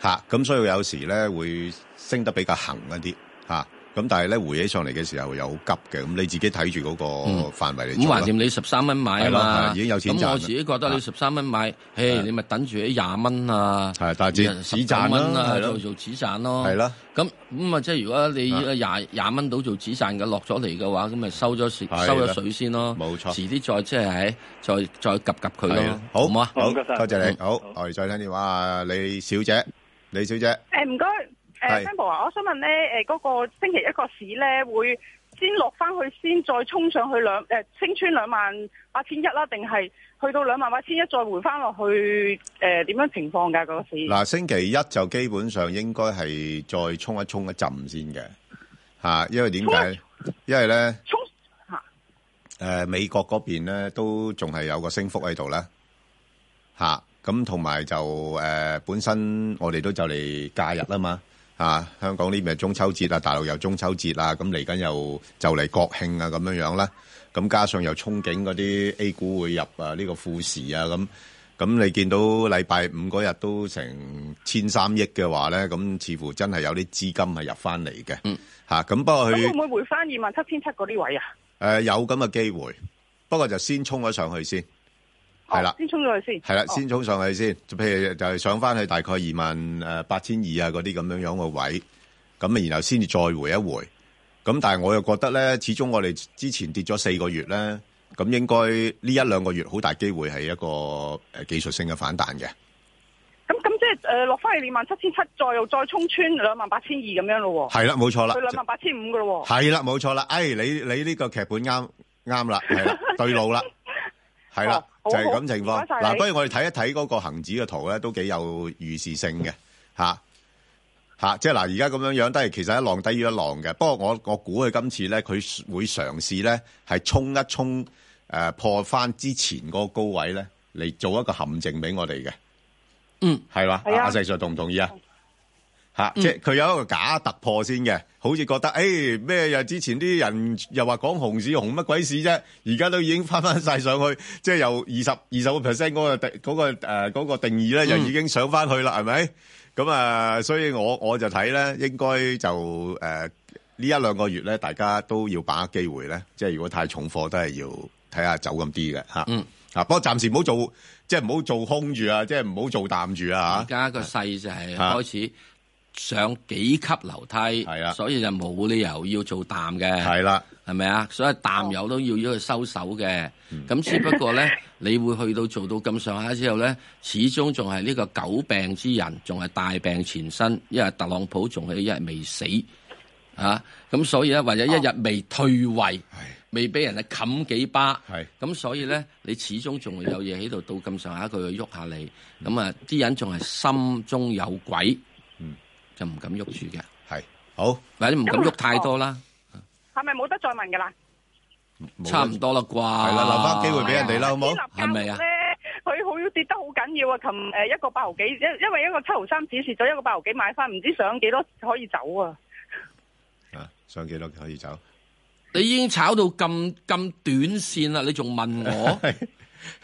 [SPEAKER 2] 嚇，咁、所以有時咧會升得比較行一啲嚇，咁、但係咧回起上嚟嘅時候又好急嘅，咁你自己睇住嗰個
[SPEAKER 1] 嗯
[SPEAKER 2] 範圍嚟
[SPEAKER 1] 咁橫
[SPEAKER 2] 做啦
[SPEAKER 1] 掂你十三蚊買啊
[SPEAKER 2] 係
[SPEAKER 1] 嘛，
[SPEAKER 2] 咯係已經有錢賺啦
[SPEAKER 1] 咁我自己覺得你
[SPEAKER 2] 啊
[SPEAKER 1] 十三蚊買，嘿，你咪等住喺廿蚊啊，
[SPEAKER 2] 係但係止止賺啦
[SPEAKER 1] 19蚊啊
[SPEAKER 2] 係咯
[SPEAKER 1] 做做止賺咯，
[SPEAKER 2] 係啦。
[SPEAKER 1] 咁咁啊，即係如果你
[SPEAKER 2] 啊
[SPEAKER 1] 廿廿蚊到做止賺嘅落咗嚟嘅話，咁咪收咗水
[SPEAKER 2] 係啦
[SPEAKER 1] 收咗水先咯，
[SPEAKER 2] 冇錯
[SPEAKER 1] 遲啲再即係喺再再及及佢
[SPEAKER 2] 係
[SPEAKER 1] 咯
[SPEAKER 2] 啦，好，
[SPEAKER 1] 唔好啊？
[SPEAKER 2] 好，
[SPEAKER 6] 唔該晒
[SPEAKER 2] 多謝
[SPEAKER 1] 嗯
[SPEAKER 2] 你，好
[SPEAKER 6] 好，
[SPEAKER 2] 我哋再聽電話啊，李小姐，李小姐，
[SPEAKER 8] 诶，唔該，
[SPEAKER 2] 係
[SPEAKER 8] 诶 s a m b 啊，我想問咧，诶，嗰個星期一個市咧，會先落翻去，先再衝上去兩诶，升穿兩萬八千一啦，定係去到兩萬八千一再回翻落去？诶，點樣情況㗎？嗰個
[SPEAKER 6] 嗯
[SPEAKER 8] 市？
[SPEAKER 2] 嗱，星期一就基本上應該係再衝一衝一陣先嘅嚇、因為點解？因為咧。
[SPEAKER 8] 衝
[SPEAKER 2] 誒、呃美國嗰邊咧都仲係有個升幅喺度啦，嚇咁同埋就誒、本身我哋都就嚟假日啦嘛，嚇、香港呢邊係中秋節啊，大陸又中秋節啊，咁嚟緊又就嚟國慶啊咁樣樣啦，咁加上又憧憬嗰啲 A 股會入啊呢、個富時啊咁，咁你見到禮拜五嗰日都成千三億嘅話咧，咁似乎真係有啲資金係入翻嚟嘅，嚇咁、
[SPEAKER 1] 嗯
[SPEAKER 2] 不過佢
[SPEAKER 8] 咁會。唔會回翻二萬七千七嗰啲位啊？
[SPEAKER 2] 誒、呃有咁嘅機會，不過就先衝咗上去先，係啦
[SPEAKER 8] 哦先衝咗去先。
[SPEAKER 2] 係啦，
[SPEAKER 8] 哦
[SPEAKER 2] 先衝上去先。譬如就係上翻去大概二萬誒八千二啊嗰啲咁樣樣嘅位，咁啊然後先至再回一回。咁但係我又覺得咧，始終我哋之前跌咗四個月咧，咁應該呢一兩個月好大機會係一個誒技術性嘅反彈嘅。
[SPEAKER 8] 哦咁咁即係诶，落翻去二萬七千七，再又再衝穿兩萬八千二咁樣咯喎。
[SPEAKER 2] 係啦，冇錯啦
[SPEAKER 8] 去，兩萬八千五噶咯喎。
[SPEAKER 2] 係啦，冇錯啦。哎，你你呢個劇本啱啱 啦，係啦，對路啦，係啦，
[SPEAKER 8] 哦好
[SPEAKER 2] 就係咁情況。
[SPEAKER 8] 唔該晒
[SPEAKER 2] 嗱，
[SPEAKER 8] 你
[SPEAKER 2] 不如我哋睇一睇嗰個恒指嘅圖咧，都幾有預示性嘅嚇嚇。即係嗱，而家咁樣樣都係其實一浪低於一浪嘅。不過我我估佢今次咧，佢會嘗試咧係衝一衝誒、呃破翻之前嗰個高位咧，嚟做一個陷阱俾我哋嘅。
[SPEAKER 1] 嗯，
[SPEAKER 2] 係嘛？
[SPEAKER 8] 係啊
[SPEAKER 2] 阿石 Sir 同唔同意啊？吓，
[SPEAKER 1] 嗯
[SPEAKER 2] 即係佢有一個假突破先嘅，好似覺得诶咩又之前啲人又話講熊市熊乜鬼市啫，而家都已經翻翻晒上去，即係由二十二十個 percent 嗰個定嗰、個呃嗰個定義咧，就已經上翻去啦，係咪？咁啊，所以我我就睇咧，應該就诶呢、一兩個月咧，大家都要把握機會咧，即係如果太重貨都係要睇下走咁啲嘅吓。
[SPEAKER 1] 嗯
[SPEAKER 2] 啊，不過暫時唔好做，即係唔好做空住啊，即係唔好做淡住
[SPEAKER 1] 而
[SPEAKER 2] 啊吓。
[SPEAKER 1] 家個勢就係
[SPEAKER 2] 啊
[SPEAKER 1] 開始上幾級樓梯
[SPEAKER 2] 係啊，
[SPEAKER 1] 所以就冇理由要做淡嘅。
[SPEAKER 2] 係啦。
[SPEAKER 1] 係咪啊？所以淡友都要要去收手嘅。
[SPEAKER 2] 嗯
[SPEAKER 1] 咁、只不過咧， 你會去到做到咁上下之後咧，始終仲係呢個久病之人，仲係大病纏身，因為特朗普仲係一日未死啊。咁所以咧，或者一日未退位，未俾人哋冚幾巴
[SPEAKER 2] 係。
[SPEAKER 1] 咁所以咧，你始終仲會有嘢喺度，到咁上下佢去喐下你。咁啊，啲人仲係心中有鬼，
[SPEAKER 2] 嗯
[SPEAKER 1] 就唔敢喐住嘅，
[SPEAKER 2] 係，好，
[SPEAKER 1] 或者唔敢喐太多啦。
[SPEAKER 8] 係咪冇得再問㗎啦？
[SPEAKER 2] 哦
[SPEAKER 1] 差唔多啦啩，
[SPEAKER 2] 係啦留返機會俾人哋啦好冇
[SPEAKER 8] 立交
[SPEAKER 1] 係咪啊
[SPEAKER 8] 咧，佢好要跌得好緊要啊！琴诶一個八毫幾，因因為一個七毫三指示咗一個八毫幾買翻，唔知上幾多可以走啊！
[SPEAKER 2] 啊，上幾多可以走？
[SPEAKER 1] 你已經炒到咁咁短線啦，你仲問 我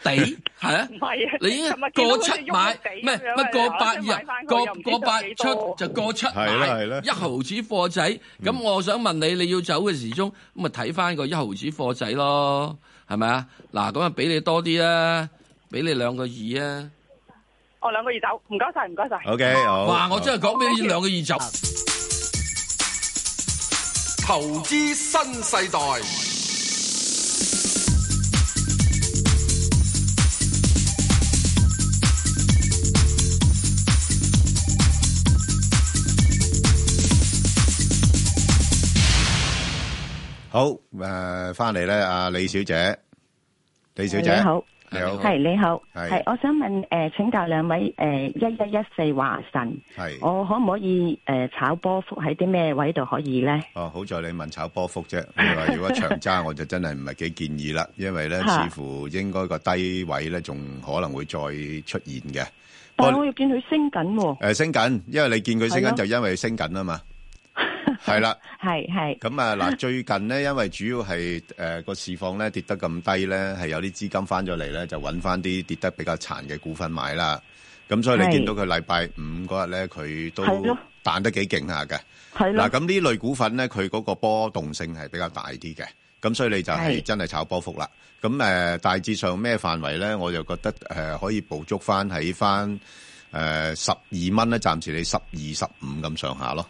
[SPEAKER 1] 地係啊
[SPEAKER 8] 唔？係啊，
[SPEAKER 1] 你已經
[SPEAKER 8] 琴日見到
[SPEAKER 1] 過
[SPEAKER 8] 佢
[SPEAKER 1] 七
[SPEAKER 8] 哋喐
[SPEAKER 1] 買
[SPEAKER 8] 喐地，
[SPEAKER 1] 唔係
[SPEAKER 8] 咁樣啊
[SPEAKER 1] 乜過八
[SPEAKER 8] 我想買
[SPEAKER 1] 入
[SPEAKER 8] 返佢
[SPEAKER 1] 過
[SPEAKER 8] 又唔知
[SPEAKER 1] 過八
[SPEAKER 8] 上幾
[SPEAKER 1] 出
[SPEAKER 8] 多
[SPEAKER 1] 就過七買
[SPEAKER 2] 係啦係啦嗯
[SPEAKER 1] 一毫子貨仔。咁我想問你，你要走嘅時鐘咁咪睇翻個一毫子貨仔咯，係咪啊？嗱，咁啊俾你多啲啦，俾你兩個二啊！
[SPEAKER 8] 我兩個月走，唔該晒，唔該晒。
[SPEAKER 2] OK，好。
[SPEAKER 1] 哇！我真係講俾你
[SPEAKER 8] 好
[SPEAKER 1] 兩個二走。
[SPEAKER 4] 投資新世代，
[SPEAKER 2] 好，誒，返嚟呢，阿李小姐。李小姐，
[SPEAKER 9] 你好，
[SPEAKER 2] 你好。
[SPEAKER 9] 係你好，
[SPEAKER 2] 係
[SPEAKER 9] 係我想問诶、呃請教兩位诶，一一一四華晨，
[SPEAKER 2] 係。
[SPEAKER 9] 我可唔可以诶、呃炒波幅喺啲咩位度可以咧？
[SPEAKER 2] 哦，好在你問炒波幅啫，你話如果長揸，我就真係唔係幾建議啦，因為呢，
[SPEAKER 9] 嚇。
[SPEAKER 2] 似乎應該個低位呢，仲可能會再出現嘅。
[SPEAKER 9] 但
[SPEAKER 2] 不過-
[SPEAKER 9] 我又見佢升緊喎，
[SPEAKER 2] 誒，升緊，因為你見佢升緊，
[SPEAKER 9] 係咯。
[SPEAKER 2] 就因為升緊啊嘛。 係啦，
[SPEAKER 9] 係係
[SPEAKER 2] 咁啊嗱，最近呢，因為主要係誒個市況咧跌得咁低咧，係有啲資金翻咗嚟咧，就揾翻啲跌得比較殘嘅股份買啦。咁所以你
[SPEAKER 9] 係
[SPEAKER 2] 見到佢禮拜五嗰日咧，佢都
[SPEAKER 9] 係咯
[SPEAKER 2] 彈得幾勁下嘅。
[SPEAKER 9] 係咯，
[SPEAKER 2] 嗱，咁呢類股份咧，佢嗰個波動性係比較大啲嘅，咁所以你就係
[SPEAKER 9] 係
[SPEAKER 2] 真係炒波幅啦。咁誒、呃大致上咩範圍咧？我就覺得誒、呃可以捕捉翻喺翻誒十二蚊咧，暫時你十二十五咁上下咯，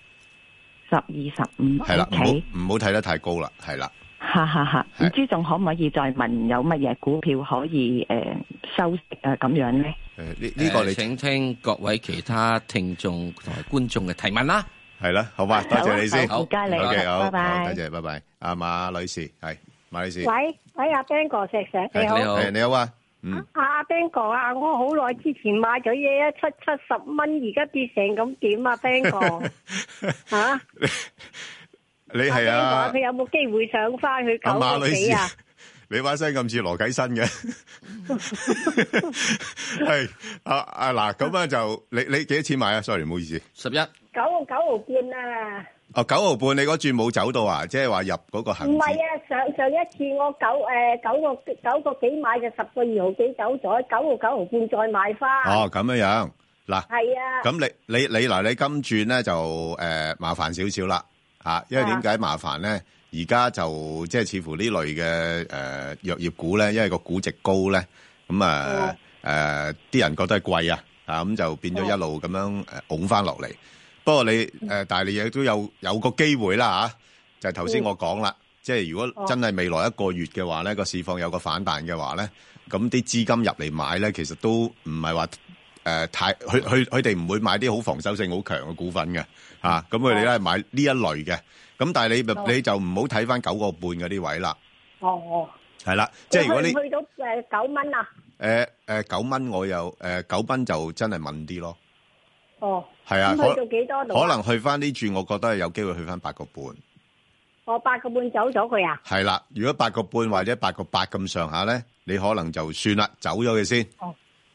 [SPEAKER 9] 十二十五
[SPEAKER 2] 係啦，唔好
[SPEAKER 9] ，OK，
[SPEAKER 2] 唔好睇得太高啦，係啦。
[SPEAKER 9] 哈哈哈。
[SPEAKER 2] 係
[SPEAKER 9] 唔知仲可唔可以再問有乜嘢股票可以诶、呃收诶咁、樣样咧？
[SPEAKER 2] 誒呢呢個
[SPEAKER 1] 誒
[SPEAKER 2] 你
[SPEAKER 1] 請聽呃各位其他聽眾同埋觀眾嘅提問啦。
[SPEAKER 2] 係啦，好吧，多謝你先，
[SPEAKER 9] 好啊唔該你
[SPEAKER 2] OK，好，
[SPEAKER 9] 拜拜
[SPEAKER 2] 好多謝，拜拜。阿馬女士係馬女士，
[SPEAKER 10] 喂喂，阿 Bang 哥石石
[SPEAKER 1] 係
[SPEAKER 10] 你好
[SPEAKER 1] 你，好
[SPEAKER 2] 誒你好啊，嗯，
[SPEAKER 10] 阿阿 Bang 哥啊，我好耐之前買咗嘢一七七十蚊，而家跌成咁點啊，Bang 哥吓，
[SPEAKER 2] 你係
[SPEAKER 10] 阿 Bang
[SPEAKER 2] 啊
[SPEAKER 10] 哥，佢，有冇機會上翻去
[SPEAKER 2] 阿
[SPEAKER 10] 九
[SPEAKER 2] 馬
[SPEAKER 10] 個
[SPEAKER 2] 女
[SPEAKER 10] 幾
[SPEAKER 2] 士
[SPEAKER 10] 啊？，
[SPEAKER 2] 你把聲咁似羅啟新嘅， 係啊啊嗱，咁啊就你你幾多錢買啊？sorry，唔好意思，
[SPEAKER 1] 十一
[SPEAKER 10] 九個九毫半
[SPEAKER 8] à.
[SPEAKER 10] 啊！
[SPEAKER 2] 哦九毫半，你嗰轉冇走到啊，即係話入嗰個
[SPEAKER 10] 唔
[SPEAKER 2] 恒
[SPEAKER 10] 係
[SPEAKER 2] 指，
[SPEAKER 10] 啊，上上一次我九
[SPEAKER 8] à,
[SPEAKER 10] 誒九個九個幾買就十個二毫幾走咗，九個九毫半再買翻。
[SPEAKER 2] 哦咁樣樣嗱。
[SPEAKER 10] 係
[SPEAKER 3] à,
[SPEAKER 10] 啊，
[SPEAKER 2] 咁你你你嗱，你今轉咧就誒、呃麻煩少少啦嚇，因為點解麻煩咧？而家就即係似乎呢類嘅誒、呃、藥業股咧，因為個估值高咧，咁啊誒啲人覺得係貴啊，啊咁就變咗一路咁樣誒呃拱翻落嚟。不過你誒、呃但係你亦都有有個機會啦嚇、就係頭先我講啦，即係如果真係未來一個月嘅話咧，個市況有個反彈嘅話咧，咁啲資金入嚟買咧，其實都唔係話誒呃太，佢佢佢哋唔會買啲好防守性好強嘅股份嘅嚇，咁
[SPEAKER 10] 哦
[SPEAKER 2] 佢哋咧係買呢一類嘅，咁但係你咪你就唔好睇翻九個半嗰啲位啦，
[SPEAKER 10] 哦，
[SPEAKER 2] 係啦，即係如果你
[SPEAKER 10] 去唔去到
[SPEAKER 8] à,
[SPEAKER 10] 誒九蚊啊？
[SPEAKER 2] 誒誒九蚊，我又誒九蚊就真係問啲咯，
[SPEAKER 10] 哦，
[SPEAKER 2] 係啊，
[SPEAKER 10] 咁去
[SPEAKER 2] 可
[SPEAKER 10] 到幾多度啊？
[SPEAKER 2] 可能去翻呢轉，我覺得係有機會去翻八個半。
[SPEAKER 10] 我八個半走咗佢啊？
[SPEAKER 2] 係啦，如果八個半或者八個八咁上下咧，你可能就算啦，走咗佢先。
[SPEAKER 10] 哦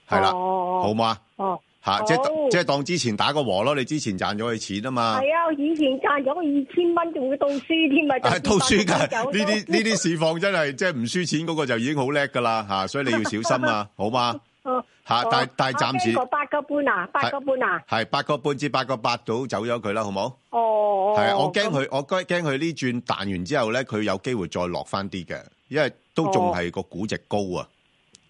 [SPEAKER 2] 係啦，
[SPEAKER 10] 哦
[SPEAKER 2] 好嘛？
[SPEAKER 10] 哦，
[SPEAKER 2] 吓，即係
[SPEAKER 10] 好
[SPEAKER 2] 即系当之前打個和咯，你之前賺咗佢錢啊嘛。
[SPEAKER 10] 係啊，我以前賺咗二千蚊，仲會倒輸添 啊！
[SPEAKER 2] 啊，都輸㗎，
[SPEAKER 10] 就
[SPEAKER 2] 呢啲呢啲市況真係即係唔輸錢嗰個就已經好叻㗎啦吓，所以你要小心啊，好嘛？
[SPEAKER 10] 哦
[SPEAKER 2] 吓，
[SPEAKER 10] 哦
[SPEAKER 2] 但
[SPEAKER 8] à,
[SPEAKER 2] 但系
[SPEAKER 10] 啊
[SPEAKER 2] 暂时
[SPEAKER 10] 邊個八個半啊，八個半啊，
[SPEAKER 2] 係八個半至八個八度走咗佢啦，好冇？
[SPEAKER 10] 哦，
[SPEAKER 2] 係啊，我驚佢，我驚驚佢呢轉彈完之後咧，佢有機會再落翻啲嘅，因為都仲係個估值高啊，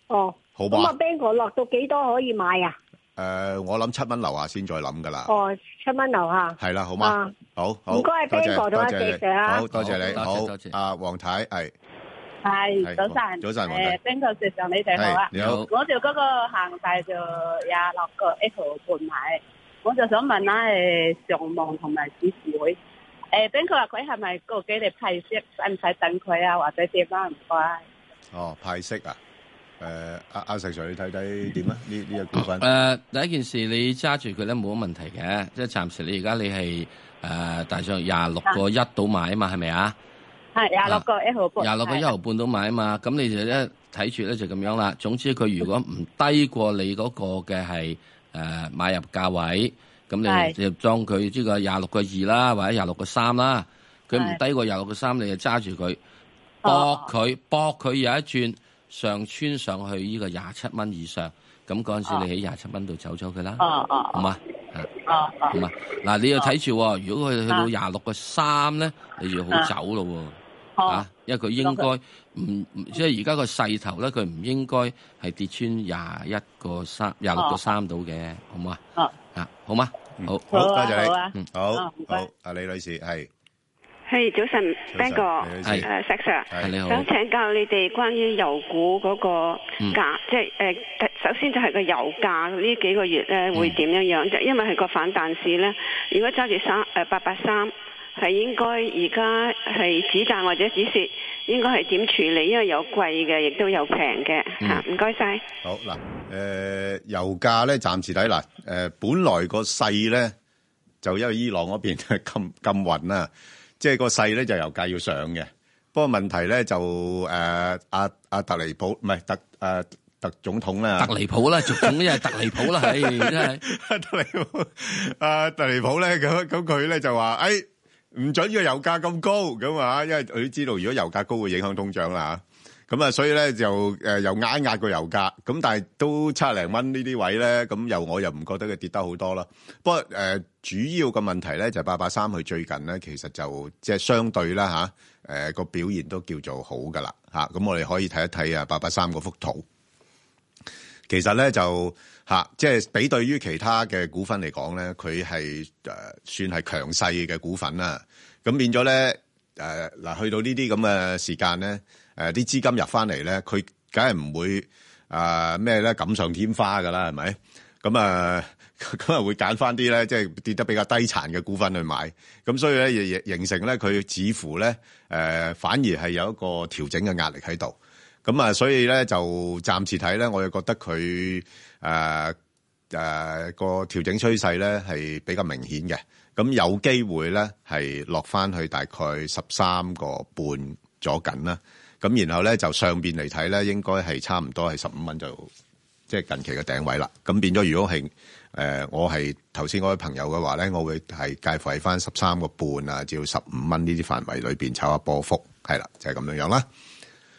[SPEAKER 10] 哦，
[SPEAKER 2] 好
[SPEAKER 10] 咁
[SPEAKER 2] 嘛
[SPEAKER 10] 啊？，Bang 哥落到幾多可以買
[SPEAKER 8] à?
[SPEAKER 10] 啊？
[SPEAKER 2] 诶、我諗七蚊樓下先再諗噶啦，
[SPEAKER 10] 哦，七蚊樓下，
[SPEAKER 2] 係啦、好嘛？
[SPEAKER 8] À.
[SPEAKER 10] 啊
[SPEAKER 2] 好好，
[SPEAKER 10] 唔該係
[SPEAKER 2] 多謝
[SPEAKER 10] Ben 哥同
[SPEAKER 2] 多
[SPEAKER 10] 阿
[SPEAKER 2] 謝
[SPEAKER 10] 石
[SPEAKER 2] 你，
[SPEAKER 10] Sir 啊
[SPEAKER 2] 好多謝你，
[SPEAKER 1] 好
[SPEAKER 2] 好
[SPEAKER 1] 多謝多謝
[SPEAKER 2] 阿黃太係係
[SPEAKER 9] 係
[SPEAKER 2] 早晨早晨黃生誒
[SPEAKER 9] 冰球石上你哋
[SPEAKER 8] 啊
[SPEAKER 9] 啊
[SPEAKER 2] 係你好
[SPEAKER 1] 有
[SPEAKER 9] 我就嗰個恒大就廿六個 Apple 半買，我就想問下誒上望同埋指示會，誒邊佢話佢係咪個幾嚟派息，使唔使等佢啊，
[SPEAKER 3] à,
[SPEAKER 9] 或者點啊？唔該。
[SPEAKER 2] 哦派息啊，诶、阿阿石 Sir 你睇睇點啊？呢呢只股份
[SPEAKER 1] 誒、呃第一件事你揸住佢咧冇乜問題嘅，即係暫時你而家你係誒、大上廿六個一到買啊嘛，係咪啊？
[SPEAKER 3] à,
[SPEAKER 9] 係廿六個一號半，
[SPEAKER 1] Dạ, 廿六個一毫半到買啊嘛，咁你就咧睇住咧就咁樣啦。總之佢如果唔低過你嗰個嘅係誒買入價位，咁你
[SPEAKER 11] 係
[SPEAKER 1] 就當佢呢個廿六個二啦，或者廿六個三啦。佢唔
[SPEAKER 11] 係
[SPEAKER 1] 低過廿六個三，你就揸住佢，
[SPEAKER 11] 哦
[SPEAKER 1] 搏佢，搏佢有一轉上穿上去呢個廿七蚊以上。咁嗰陣時，你喺廿七蚊度走咗佢啦，
[SPEAKER 11] 哦哦
[SPEAKER 1] 好嘛？
[SPEAKER 11] 哦哦
[SPEAKER 1] 好嘛？嗱，你要睇住喎，如果佢去到
[SPEAKER 11] 啊
[SPEAKER 1] 廿六個三咧，你就好走咯喎。
[SPEAKER 11] 哦
[SPEAKER 1] 啊，因為佢應該唔唔即係而家個勢頭咧，佢唔應該係跌穿廿一個三、廿六個三到嘅，好唔好啊？
[SPEAKER 11] 哦，
[SPEAKER 1] 啊，好嗎？好，
[SPEAKER 2] 好多謝你
[SPEAKER 12] 好啊
[SPEAKER 2] 嗯
[SPEAKER 12] 好啊
[SPEAKER 2] 好
[SPEAKER 12] 唔該
[SPEAKER 2] 好，阿李女士係
[SPEAKER 12] 系早晨
[SPEAKER 2] 早晨
[SPEAKER 12] ，Ben 哥，
[SPEAKER 2] 你好
[SPEAKER 12] 誒石 Sir，
[SPEAKER 1] 啊
[SPEAKER 2] 係你好
[SPEAKER 12] 想請教你哋關於油股嗰個
[SPEAKER 2] 嗯
[SPEAKER 12] 價，即係誒，首先就係個油價呢幾個月
[SPEAKER 2] 嗯
[SPEAKER 12] 咧會點樣樣啫？因為係個反彈市咧，如果揸住三誒八八三，係應該而家係止賺或者止蝕，應該係點處理？因為有貴嘅，亦都有平嘅嚇，唔該晒。
[SPEAKER 2] 好嗱，誒油價咧暫時睇嗱，誒本來個勢咧就因為伊朗嗰邊 禁禁運啦，即係個勢咧就油價要上嘅。不過問題咧就誒阿阿特尼普唔係特誒特總統啦，
[SPEAKER 1] 特尼普啦， 總之係特尼 普啦，唉，真係。
[SPEAKER 2] 特尼普啊，特尼普咧咁咁佢咧就話：，誒唔準個油價咁高咁啊，因為佢知道如果油價高會影響通脹啦咁啊，所以咧就誒又壓一壓個油價，咁但係都七零蚊呢啲位咧，咁又我又唔覺得佢跌得好多啦。不過誒、呃主要嘅問題咧就係八八三佢最近咧其實就即係相對啦吓，誒、個表現都叫做好噶啦吓，咁、我哋可以睇一睇啊八八三嗰幅圖。其實咧就吓、即係比對於其他嘅股份嚟講咧，佢係呃誒算係強勢嘅股份啦。咁變咗咧誒嗱，去到呢啲咁嘅時間咧，誒、啲資金入翻嚟咧，佢梗係唔會啊咩咧錦上添花噶啦，係咪？咁啊，咁啊會揀翻啲咧，即係跌得比較低殘嘅股份去買。咁所以咧，亦亦形成咧，佢似乎咧誒、反而係有一個調整嘅壓力喺度。咁啊，所以咧就暫時睇咧，我又覺得佢誒誒個調呃整趨勢咧係比較明顯嘅。咁有機會咧係落翻去大概十三個半左緊啦。咁然後咧就上邊嚟睇咧，應該係差唔多係十五蚊就即係近期嘅頂位啦。咁變咗，如果係誒、呃我係頭先嗰位朋友嘅話咧，我會係介乎喺翻十三個半啊，至到十五蚊呢啲範圍裏邊炒下波幅，係啦，就係、咁樣樣啦。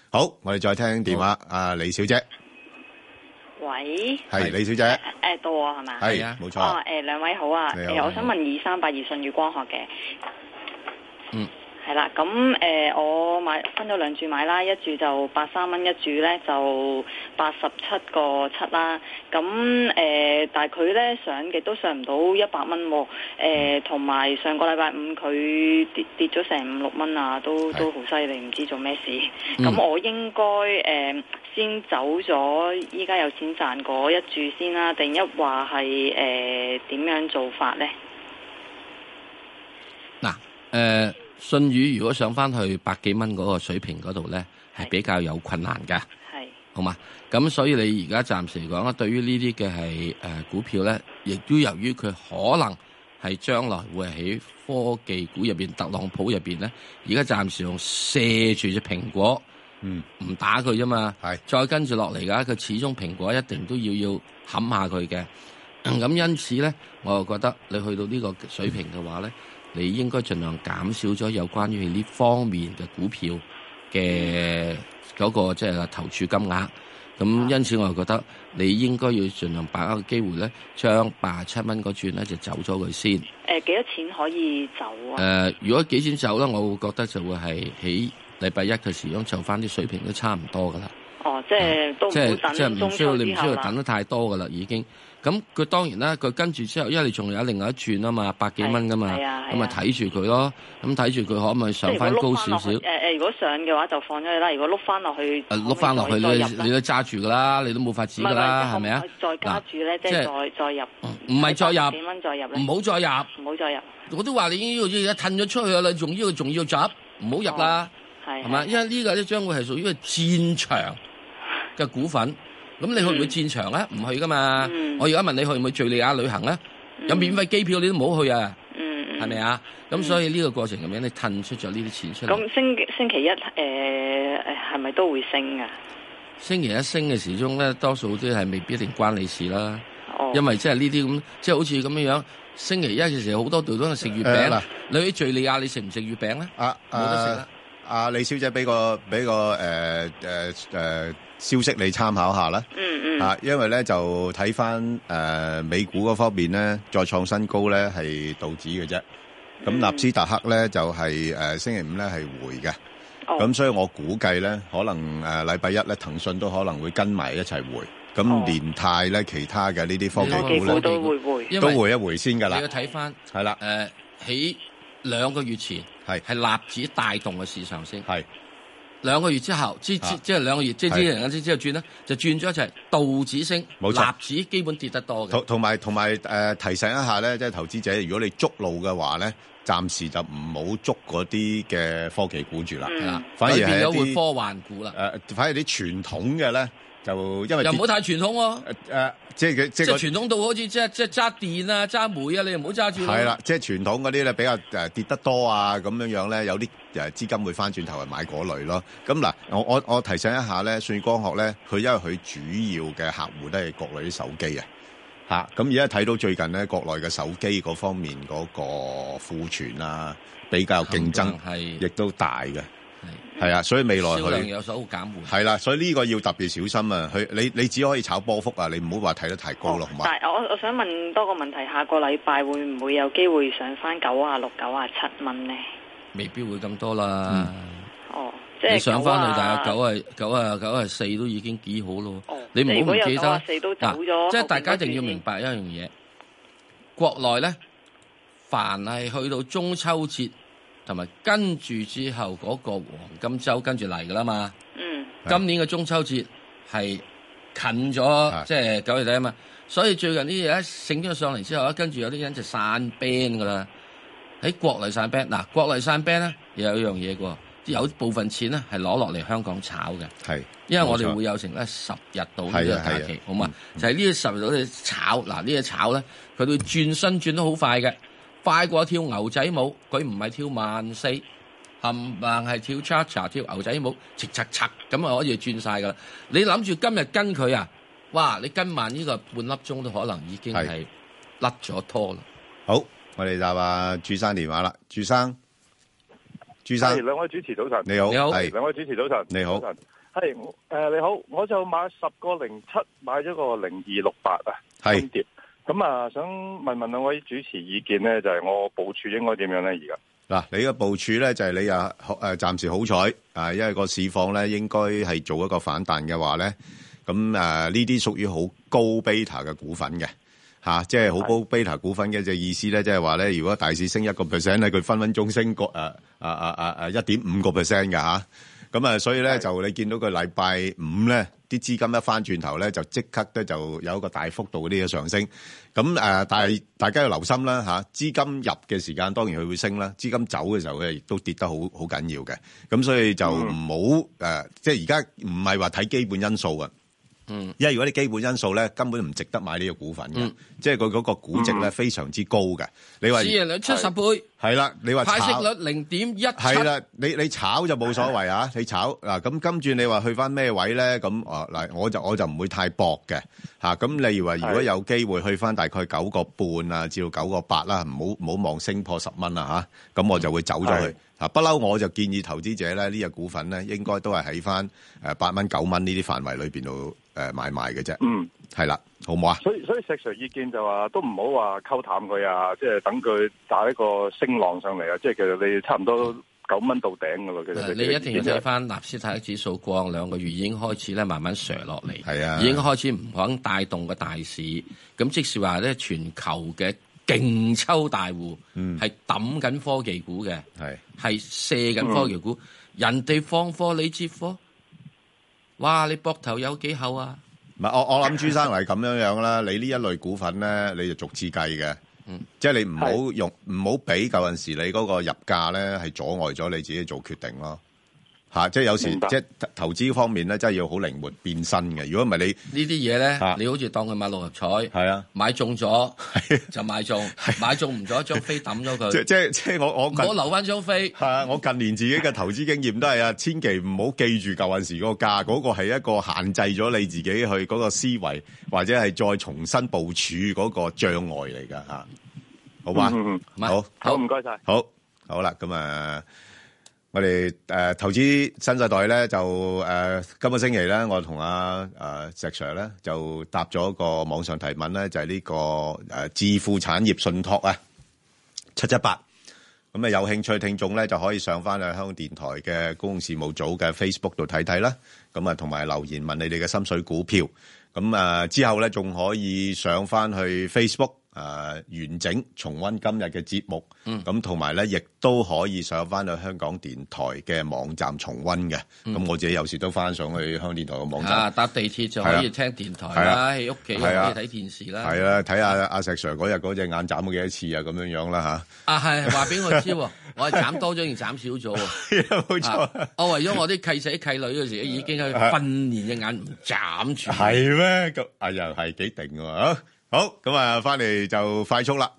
[SPEAKER 2] 好，我哋再聽電話，阿李小姐，
[SPEAKER 13] 喂，
[SPEAKER 2] 係李小姐，
[SPEAKER 13] 誒到我係嘛？
[SPEAKER 2] 係啊冇錯
[SPEAKER 13] 哦，誒兩位好啊，
[SPEAKER 2] 你
[SPEAKER 13] 誒
[SPEAKER 2] 好
[SPEAKER 13] 我想問二三八二舜宇光學嘅，
[SPEAKER 1] 嗯，
[SPEAKER 13] 係啦，咁誒我買分咗兩注買啦，一注就八三蚊，一注咧就八十七個七啦，咁誒但係佢咧上極都上唔到一百蚊喎，
[SPEAKER 2] 嗯
[SPEAKER 13] 誒同埋上個禮拜五佢跌跌咗成五六蚊啊，都都好犀利，唔知做咩事，咁、
[SPEAKER 14] 嗯
[SPEAKER 13] 我應該誒。先走咗，依家有錢賺嗰一注先啦，定一話係誒點樣做法呢？
[SPEAKER 1] 誒，信宇如果上翻去百幾蚊嗰個水平嗰度咧，係比較有困難㗎。
[SPEAKER 13] 係
[SPEAKER 1] 好嘛？咁所以你而家暫時嚟講咧，對於呢啲嘅係誒股票咧，亦都由於佢可能係將來會喺科技股入邊、特朗普入邊咧，而家暫時用射住只蘋果，
[SPEAKER 2] 嗯，
[SPEAKER 1] 唔打佢啫嘛，
[SPEAKER 2] 係
[SPEAKER 1] 再跟住落嚟㗎，佢始終蘋果一定都要要冚下佢嘅。嗯咁因此咧，我又覺得你去到呢個水平嘅話咧，你應該盡量減少咗有關於呢方面嘅股票嘅嗰個即係投注金額。咁因此我又覺得你應該要盡量把握個機會咧，將八七蚊嗰轉咧就走咗佢先。
[SPEAKER 13] 誒、幾多錢可以走
[SPEAKER 1] 誒、
[SPEAKER 13] 啊？
[SPEAKER 1] 如果幾錢走咧，我會覺得就會係喺禮拜一嘅時鐘就翻啲水平都差唔多噶啦。
[SPEAKER 13] 哦，即係都唔
[SPEAKER 1] 即係
[SPEAKER 13] 好
[SPEAKER 1] 即係
[SPEAKER 13] 等
[SPEAKER 1] 唔
[SPEAKER 13] 中
[SPEAKER 1] 需要
[SPEAKER 13] 秋
[SPEAKER 1] 你唔需
[SPEAKER 13] 之後
[SPEAKER 1] 要
[SPEAKER 13] 啦
[SPEAKER 1] 等。得太多噶啦，已經。咁佢當然啦，佢跟住之後，因為你仲有另外一轉啊嘛，百幾蚊噶嘛，
[SPEAKER 13] 係係啊係啊
[SPEAKER 1] 咁咪睇住佢咯。咁睇住佢可唔可以
[SPEAKER 13] 即係
[SPEAKER 1] 上
[SPEAKER 13] 如果
[SPEAKER 1] 翻
[SPEAKER 13] 碌
[SPEAKER 1] 高
[SPEAKER 13] 返
[SPEAKER 1] 少
[SPEAKER 13] 落
[SPEAKER 1] 少？
[SPEAKER 13] 去誒
[SPEAKER 1] 誒
[SPEAKER 13] 誒，如果上嘅話就放咗佢啦。如果碌翻落去，
[SPEAKER 1] 碌翻啊落去
[SPEAKER 13] 再
[SPEAKER 1] 你
[SPEAKER 13] 入啦
[SPEAKER 1] 你都揸住噶啦，你都冇法子噶啦，係咪啊？
[SPEAKER 13] 再加住呢，即係再再入，
[SPEAKER 1] 唔係再入
[SPEAKER 13] 幾蚊再入咧？
[SPEAKER 1] 唔好再入，
[SPEAKER 13] 唔好再入，
[SPEAKER 1] 我都話你已經要而家褪咗出去啦，仲要仲要入，唔好入啦，
[SPEAKER 13] 係
[SPEAKER 1] 係嘛？因為呢個咧將會係屬於個戰場嘅股份。咁你去唔去戰場咧？唔去噶嘛。我而家問你去唔去敍利亞旅行咧？有免費機票你都唔好去啊，
[SPEAKER 13] 嗯，
[SPEAKER 1] 係咪啊？咁所以呢個過程入面，你嗯褪出咗呢啲錢出嚟。
[SPEAKER 13] 呃咁星星期一誒誒係咪都會升啊？
[SPEAKER 1] 星期一升嘅時鐘咧，多數都係未必一定關你事啦。
[SPEAKER 13] 哦
[SPEAKER 1] 因為即係呢啲咁，即係好似咁樣樣。星期一嘅時候，好多度都係食月餅。
[SPEAKER 2] 誒嗱
[SPEAKER 1] 你去敘利亞，你食唔食月餅咧？
[SPEAKER 2] 啊
[SPEAKER 1] 冇得食啦。
[SPEAKER 2] 啊，李小姐俾個俾個誒誒誒消息你參考下啦。
[SPEAKER 13] 嗯嗯
[SPEAKER 2] 啊，因為咧就睇翻誒美股嗰方面咧，再創新高咧係道指嘅啫。
[SPEAKER 13] 嗯
[SPEAKER 2] 咁納斯達克咧就係、誒星期五咧係回嘅。
[SPEAKER 13] 哦
[SPEAKER 2] 咁所以我估計咧，可能誒禮拜一咧，騰訊都可能會跟埋一齊回。
[SPEAKER 13] 哦
[SPEAKER 2] 咁連泰咧，其他嘅呢啲科技股咧，
[SPEAKER 1] 因
[SPEAKER 2] 都
[SPEAKER 1] 為
[SPEAKER 2] 回一回先㗎啦
[SPEAKER 1] 你要。睇翻
[SPEAKER 2] 係啦，
[SPEAKER 1] 誒呃喺兩個月前
[SPEAKER 2] 係
[SPEAKER 1] 係納指帶動嘅市上升，
[SPEAKER 2] 係
[SPEAKER 1] 兩個月之後，之之
[SPEAKER 2] 啊
[SPEAKER 1] 即係兩個月，即係
[SPEAKER 2] 係
[SPEAKER 1] 之前之之後轉咧，就轉咗就係道指升，
[SPEAKER 2] 冇錯
[SPEAKER 1] 納指基本跌得多嘅
[SPEAKER 2] 同。同埋同埋誒提醒一下咧，即係投資者，如果你捉路嘅話咧，暫時就唔好捉嗰啲嘅科技股住啦，
[SPEAKER 1] 係啦
[SPEAKER 2] 反而
[SPEAKER 1] 佢變
[SPEAKER 2] 係
[SPEAKER 1] 咗
[SPEAKER 2] 一
[SPEAKER 1] 會
[SPEAKER 2] 啲
[SPEAKER 1] 科幻股啦。
[SPEAKER 2] 誒，反而啲傳統嘅咧就因為
[SPEAKER 1] 嗯又唔好太傳統喎，
[SPEAKER 2] 誒，即係佢啊即
[SPEAKER 1] 即
[SPEAKER 2] 係
[SPEAKER 1] 係
[SPEAKER 2] 嗰
[SPEAKER 1] 傳統到好似即係即係揸電啊、揸煤啊，你唔好揸住咯
[SPEAKER 2] 係啦，，即係傳統嗰啲咧比較誒跌得多啊，咁樣樣咧有啲誒資金會翻轉頭去買嗰類咯。咁嗱，我我我提醒一下咧，信光學咧，佢因為佢主要嘅客户都係國內啲手機啊，嚇咁而家睇到最近咧國內嘅手機嗰方面嗰個庫存啊，比較競爭
[SPEAKER 1] 哦係
[SPEAKER 2] 亦都大嘅，係啊，所以未來
[SPEAKER 1] 銷嗯量
[SPEAKER 2] 佢。
[SPEAKER 1] 有所減緩。
[SPEAKER 2] 係啦，所以呢個要特別小心啊！佢你你只可以炒波幅啊，你唔好話睇得太高
[SPEAKER 1] 哦
[SPEAKER 2] 咯，好嘛？
[SPEAKER 13] 哦但係我我想問多個問題，下個禮拜會唔會有機會上翻九啊六、九啊七蚊呢？
[SPEAKER 1] 未必會咁多啦。
[SPEAKER 2] 嗯
[SPEAKER 13] 哦，即係
[SPEAKER 1] 你上翻去大
[SPEAKER 13] 啊
[SPEAKER 1] 約九啊九啊九啊四都已經幾好咯。你
[SPEAKER 13] 即係
[SPEAKER 1] 唔好唔記
[SPEAKER 13] 如果有
[SPEAKER 1] 得
[SPEAKER 13] 94都啊走咗
[SPEAKER 1] 嗱即係大家一定要
[SPEAKER 13] 後面嗰段
[SPEAKER 1] 明白一樣嘢，國內咧，凡係去到中秋節同埋跟住之後嗰個黃金周跟住嚟噶啦嘛。
[SPEAKER 13] 嗯，
[SPEAKER 1] 今年嘅中秋節係近咗，即係九月底啊嘛，所以最近啲嘢一醒咗上嚟之後咧，跟住有啲人就散 band 噶啦，喺國內散 band。嗱，國內散 band 咧又有一樣嘢嘅喎，有部分錢咧係攞落嚟香港炒嘅，
[SPEAKER 2] 係，
[SPEAKER 1] 因為我
[SPEAKER 2] 冇
[SPEAKER 1] 哋
[SPEAKER 2] 錯
[SPEAKER 1] 會有成咧十日到呢
[SPEAKER 2] 係
[SPEAKER 1] 個
[SPEAKER 2] 啊係
[SPEAKER 1] 假
[SPEAKER 2] 啊
[SPEAKER 1] 期，好嘛？就係呢十日到你炒，嗱呢嘢炒咧，佢會轉身轉得好快嘅，快過跳牛仔舞，佢唔係跳慢四，冚唪唥係跳 cha cha 跳牛仔舞，直刷刷咁啊可以轉晒噶啦。你諗住今日跟佢啊，哇！你跟慢呢個半粒鐘都可能已經係甩咗拖啦。
[SPEAKER 2] 好，我哋答下朱生電話啦，朱生，朱生
[SPEAKER 11] 係，兩位主持早晨，
[SPEAKER 2] 你好你好係
[SPEAKER 11] 兩位主持早晨，
[SPEAKER 2] 你好
[SPEAKER 11] 早晨，係誒、呃你好，我就買十個零七，買咗個零二六八啊，
[SPEAKER 2] 係
[SPEAKER 11] 中碟，咁啊，想問問兩位主持意見咧，就係、我部署應該點樣咧？而家
[SPEAKER 2] 嗱，你嘅部署咧就係你啊，誒暫時好彩啊，因為個市況咧應該係做一個反彈嘅話咧，咁誒呢啲屬於好高 beta 嘅股份嘅嚇、即係好高 beta 股份嘅就意思咧，即係話咧，如果大市升一個 percent 咧，佢分分鐘升個誒啊啊啊啊一點五個 percent 嘅嚇，咁啊，所以咧就你見到佢禮拜五咧啲資金一翻轉頭咧，就即刻咧就有一個大幅度嗰啲嘅上升。咁誒、呃但係大家要留心啦嚇、資金入嘅時間當然佢會升啦，資金走嘅時候佢亦都跌得好好緊要嘅。咁所以就唔好誒，即係而家唔係話睇基本因素啊。
[SPEAKER 1] 嗯，
[SPEAKER 2] 因為如果你基本因素咧，根本唔值得買呢個股份嘅，即係佢嗰個估值咧非常之高嘅。你話
[SPEAKER 1] 市盈率七十倍，
[SPEAKER 2] 係啦，你話
[SPEAKER 1] 派息
[SPEAKER 2] 炒
[SPEAKER 1] 率零點一
[SPEAKER 2] 係啦
[SPEAKER 1] 七，，
[SPEAKER 2] 你你炒就冇所謂 啊，你炒嗱咁跟住你話去翻咩位咧？咁啊嗱，我就我就唔會太搏嘅嚇。咁例如話，如果有機會去翻大概九個半啊，至到九個八啦，唔好唔好望升破十蚊啦嚇。咁我就會走咗去
[SPEAKER 11] 係
[SPEAKER 2] 嚇。不嬲我就建議投資者咧，呢只股份咧應該都係喺翻誒八蚊九蚊呢啲範圍裏邊度誒買賣嘅啫。
[SPEAKER 11] 嗯，
[SPEAKER 2] 係啦，好唔好啊？
[SPEAKER 11] 所以所以石 Sir 意見就話都唔好話溝淡佢啊，即係等佢打一個升浪上嚟啊，即係其實你差唔多九蚊到頂噶啦，其實
[SPEAKER 1] 呃啊你一定要睇翻納斯達克指數過往兩個月已經開始咧慢慢瀉落嚟，係
[SPEAKER 2] 啊
[SPEAKER 1] 已經開始唔肯帶動個大市。咁即是話咧，全球嘅勁抽大户係抌緊科技股嘅，
[SPEAKER 2] 係
[SPEAKER 1] 係卸緊科技股。人哋放貨你接貨，哇！你膊頭有幾厚啊？
[SPEAKER 2] 唔係，我我諗朱生係咁樣樣啦。你呢一類股份咧，你就逐次計嘅，即係你唔好用，唔好俾舊陣時你嗰個入價咧係阻礙咗你自己做決定咯。吓、即係有時
[SPEAKER 1] 明白
[SPEAKER 2] 即係投資方面咧，真係要好靈活變身嘅。如果唔係你
[SPEAKER 1] 呢啲嘢咧，你好似當佢買六合彩，
[SPEAKER 2] 係啊，
[SPEAKER 1] 買中咗就買中，買中唔咗張飛抌咗佢。
[SPEAKER 2] 即即即我我唔
[SPEAKER 1] 好留翻張飛。
[SPEAKER 2] 係啊，我近年自己嘅投資經驗都係啊， 千祈唔好記住舊陣時嗰個價，嗰、個係一個限制咗你自己去嗰個思維，或者係再重新部署嗰個障礙嚟㗎吓。好嘛
[SPEAKER 11] 嗯嗯，嗯
[SPEAKER 2] 好，
[SPEAKER 11] 好唔該晒
[SPEAKER 2] 好，好啦，咁啊。我哋誒、呃投資新世代咧，就誒、呃今個星期咧，我同阿誒石 Sir 咧就答咗個網上提問咧，就係、呢、個誒、呃致富產業信託啊，七七八。咁啊，有興趣聽眾咧就可以上翻去香港電台嘅公共事務組嘅 Facebook 度睇睇啦。咁啊，同埋留言問你哋嘅心水股票。咁啊，之後咧仲可以上翻去 Facebook 啊，完整重温今日嘅節目。
[SPEAKER 14] 嗯
[SPEAKER 2] 咁同埋咧，亦都可以上翻去香港電台嘅網站重温嘅。咁、
[SPEAKER 1] 嗯
[SPEAKER 2] 我自己有時都翻上去香港電台嘅網站。
[SPEAKER 1] 啊，搭地鐵就可以聽電台啦，喺屋企又可以睇電視啦。
[SPEAKER 2] 啊係啊，睇下阿石 Sir 嗰日嗰隻眼眨咗幾多次啊，咁樣樣啦吓。
[SPEAKER 1] 啊，係話俾我知 喎，我係斬多咗定斬少咗喎。
[SPEAKER 2] 冇
[SPEAKER 1] 錯、我為咗我啲契仔契女嗰時，已經去訓練隻眼唔斬 住。
[SPEAKER 2] 啊係咩？咁啊又係幾定喎啊！好咁啊，翻嚟就快速啦。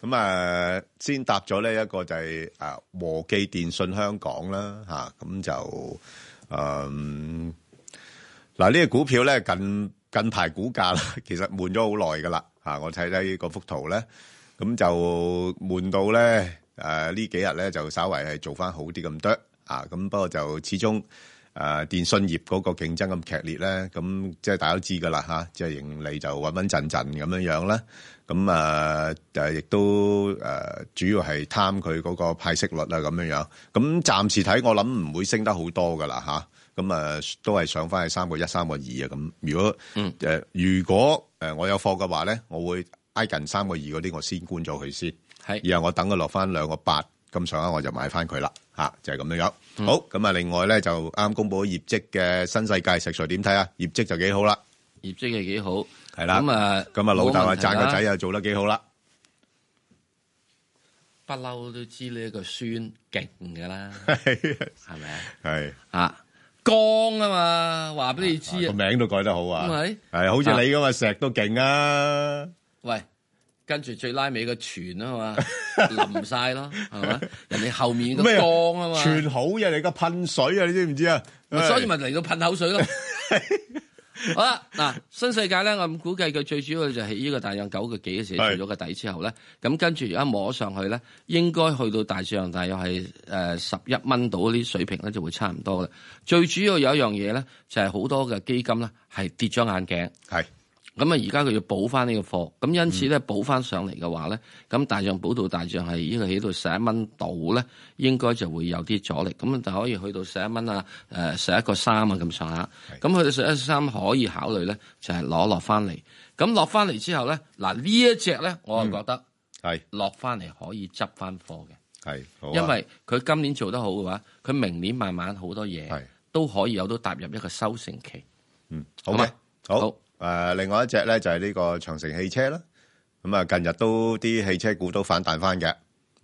[SPEAKER 2] 咁啊，先答咗呢一個就係啊和記電信香港啦嚇，咁就嗯嗱呢個股票咧近近排股價啦，其實悶咗好耐噶啦嚇，我睇睇嗰幅圖咧，咁就悶到咧誒呢幾日咧就稍為係做翻好啲咁多啊，咁不過就始終。誒、電呃信業嗰個競爭咁劇烈咧，咁即係大家都知㗎啦嚇，即係盈利就穩穩陣陣咁樣樣啦。咁啊誒，亦都誒、主要係貪佢嗰個派息率啦咁樣樣。咁暫時睇我諗唔會升得好多㗎啦吓，咁啊都係上翻去三個一、三個二啊咁。如果誒、呃如果誒我有貨嘅話咧，我會挨近三個二嗰啲，我先沽咗佢先。
[SPEAKER 1] 係，
[SPEAKER 2] 然後我等佢落翻兩個八咁上下，我就買翻佢啦。吓、就係、咁樣樣。好，咁啊，另外咧就啱公布業績嘅新世界石 Sir 點睇啊？業績就幾好啦，
[SPEAKER 1] 業績係幾好，
[SPEAKER 2] 係啦。
[SPEAKER 1] 咁啊
[SPEAKER 2] 咁啊，老豆啊
[SPEAKER 1] 冇問題啦
[SPEAKER 2] 讚個仔又做得幾好啦。
[SPEAKER 1] 不嬲都知呢個孫勁㗎 啦，係咪啊？
[SPEAKER 2] 係
[SPEAKER 1] 啊，光啊嘛，話俾你知
[SPEAKER 2] 個
[SPEAKER 1] 啊。
[SPEAKER 2] 名都改得好啊，
[SPEAKER 1] 咁係哎
[SPEAKER 2] 係好似你咁啊，石都勁啊，
[SPEAKER 1] 喂，跟住最拉尾個全啊 嘛，淋晒咯，係咪？人哋後面個
[SPEAKER 2] 咩
[SPEAKER 1] 光啊嘛，
[SPEAKER 2] 串好嘅你個噴水啊，你知唔知啊？
[SPEAKER 1] 咪所以咪嚟到噴口水咯。好啦，嗱，新世界咧，我咁估計佢最主要就係呢個大約九個幾嘅時候做咗個底之後咧，咁跟住而家摸上去咧，應該去到大致上大約係誒十一蚊到嗰啲水平咧，就會差唔多啦。最主要有一樣嘢咧，就係好多嘅基金咧係跌咗眼鏡，
[SPEAKER 2] 係
[SPEAKER 1] 咁啊，而家佢要補翻呢個貨，咁因
[SPEAKER 2] 嗯
[SPEAKER 1] 此咧補翻上嚟嘅話咧，咁大象補到大象係呢個起到十一蚊度咧，應該就會有啲阻力，咁就可以去到十一蚊啊，誒十一個三啊咁上下，咁去到十一個三可以考慮咧，就係攞落翻嚟，咁落翻嚟之後咧，嗱呢一隻咧，我啊就覺
[SPEAKER 2] 嗯
[SPEAKER 1] 得
[SPEAKER 2] 係
[SPEAKER 1] 落翻嚟可以執翻貨嘅，
[SPEAKER 2] 係好啊
[SPEAKER 1] 因為佢今年做得好嘅話，佢明年慢慢好多嘢都可以有到踏入一個收成期。
[SPEAKER 2] 嗯，好嘅，好。誒，另外一隻咧就係呢個長城汽車啦。咁啊，近日都啲汽車股都反彈翻嘅。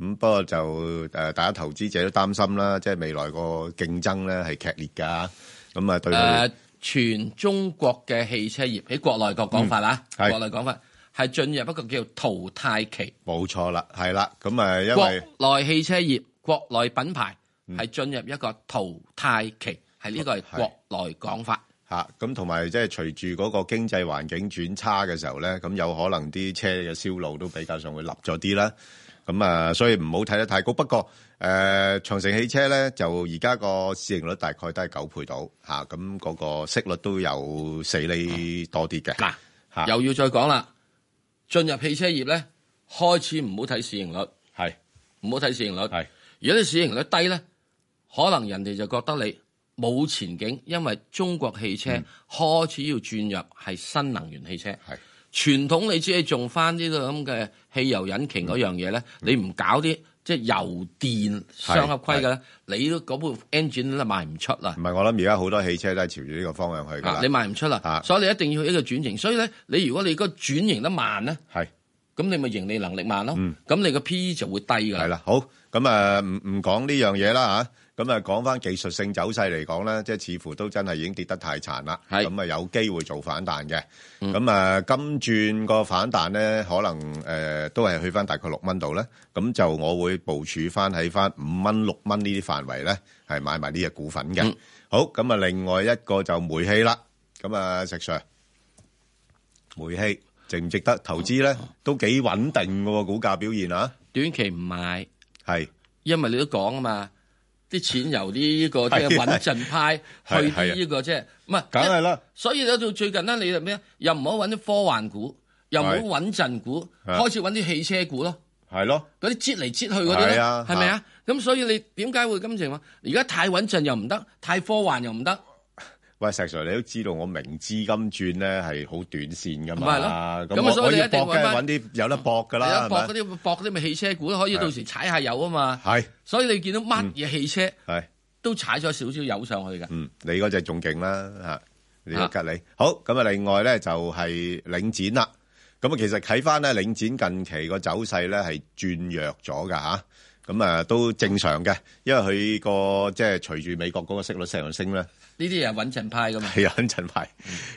[SPEAKER 2] 咁不過就誒，呃大家投資者都擔心啦，即係未來個競爭咧係劇烈㗎。咁啊，對
[SPEAKER 1] 誒、
[SPEAKER 2] 佢
[SPEAKER 1] 呃全中國嘅汽車業喺國內個講法啦，
[SPEAKER 2] 嗯係
[SPEAKER 1] 國內講法係進入一個叫淘汰期。
[SPEAKER 2] 冇錯啦，係啦。咁啊，因嗯
[SPEAKER 1] 國
[SPEAKER 2] 為
[SPEAKER 1] 內汽車業、國內品牌係進入一個淘汰期，係呢個係國內講法。
[SPEAKER 2] 嚇咁同埋即係隨住嗰個經濟環境轉差嘅時候咧，咁有可能啲車嘅銷路都比較上會立咗啲啦。咁啊，所以唔好睇得太高。不過誒、呃，長城汽車咧就而家個市盈率大概都係九倍到嚇，咁、嗰個息率都有四厘多啲嘅。
[SPEAKER 1] 嗱、
[SPEAKER 2] 嚇
[SPEAKER 1] 又要再講啦，進入汽車業咧，開始唔好睇市盈率，
[SPEAKER 2] 係
[SPEAKER 1] 唔好睇市盈率，
[SPEAKER 2] 係。
[SPEAKER 1] 如果你市盈率低咧，可能人哋就覺得你冇前景，因為中國汽車
[SPEAKER 2] 嗯
[SPEAKER 1] 開始要轉入係新能源汽車。
[SPEAKER 2] 係
[SPEAKER 1] 傳統你只係用翻呢個咁嘅汽油引擎嗰樣嘢咧，
[SPEAKER 2] 嗯
[SPEAKER 1] 你唔搞啲即係油電雙合規嘅
[SPEAKER 2] 嗯
[SPEAKER 1] 咧，你都嗰部 engine 都賣唔出啦。
[SPEAKER 2] 唔係，我諗而家好多汽車都係朝住呢個方向去嗯㗎啦
[SPEAKER 1] 啊，你賣唔出啦，所以你一定要一個轉型。所以咧，你如果你個轉型得慢咧，
[SPEAKER 2] 係嗯
[SPEAKER 1] 咁你咪盈利能力慢咯。咁你個 P E 就會低㗎。係
[SPEAKER 2] 啦，好咁啊，唔唔講呢樣嘢啦嚇。咁啊，講翻技術性走勢嚟講咧，即係似乎都真係已經跌得太殘啦。咁啊，有機會做反彈嘅。咁啊，金轉個反彈咧，可能誒都係去翻大概六蚊度咧。咁就我會部署翻喺翻五蚊、六蚊呢啲範圍咧，係買埋呢只股份嘅。好，咁啊，另外一個就煤氣啦。咁啊，石 Sir，煤氣值唔值得投資咧？都幾穩定嘅喎，股價表現啊。
[SPEAKER 1] 短期唔買，
[SPEAKER 2] 係
[SPEAKER 1] 因為你都講啊嘛，啲錢由呢個即
[SPEAKER 2] 係
[SPEAKER 1] 係穩陣派去
[SPEAKER 2] 係啊
[SPEAKER 1] 啲呢個即係唔係？
[SPEAKER 2] 梗係啦。
[SPEAKER 1] 所以咧到最近咧，你就咩？又唔好揾啲科幻股，又唔好
[SPEAKER 2] 係啊
[SPEAKER 1] 穩陣股，
[SPEAKER 2] 係
[SPEAKER 1] 開始揾啲汽車股咯。
[SPEAKER 2] 係咯，
[SPEAKER 1] 嗰啲擠嚟擠去嗰啲咧，
[SPEAKER 2] 係啊
[SPEAKER 1] 係咪啊？咁所以你點解會咁情況？而家太穩陣又唔得，太科幻又唔得。
[SPEAKER 2] 喂，石 Sir，你都知道我明資金轉咧係好短線噶
[SPEAKER 1] 咪係
[SPEAKER 2] 嘛，
[SPEAKER 1] 咯咁
[SPEAKER 2] 咁
[SPEAKER 1] 啊
[SPEAKER 2] 我
[SPEAKER 1] 所以
[SPEAKER 2] 我
[SPEAKER 1] 你
[SPEAKER 2] 要
[SPEAKER 1] 一定
[SPEAKER 2] 搏梗係
[SPEAKER 1] 揾
[SPEAKER 2] 揾
[SPEAKER 1] 返
[SPEAKER 2] 啲有得搏噶
[SPEAKER 1] 你
[SPEAKER 2] 啦，
[SPEAKER 1] 一搏嗰
[SPEAKER 2] 係
[SPEAKER 1] 啲搏嗰啲咪汽車股咯，可以
[SPEAKER 2] 係
[SPEAKER 1] 到時踩下油啊嘛。
[SPEAKER 2] 咪？係嗯
[SPEAKER 1] 所以你見到乜嘢汽車
[SPEAKER 2] 係，
[SPEAKER 1] 都踩咗少少油上去嘅。
[SPEAKER 2] 嗯，你嗰只仲勁啦嚇，你個吉利。好，咁啊，另外咧就係領展啦。咁啊，其實睇翻咧領展近期個走勢咧係轉弱咗噶嚇，咁啊都正常嘅，因為佢個即係隨住美國嗰個息率上升咧。
[SPEAKER 1] 呢啲嘢係穩陣派噶嘛。
[SPEAKER 2] 係啊， 穩陣派，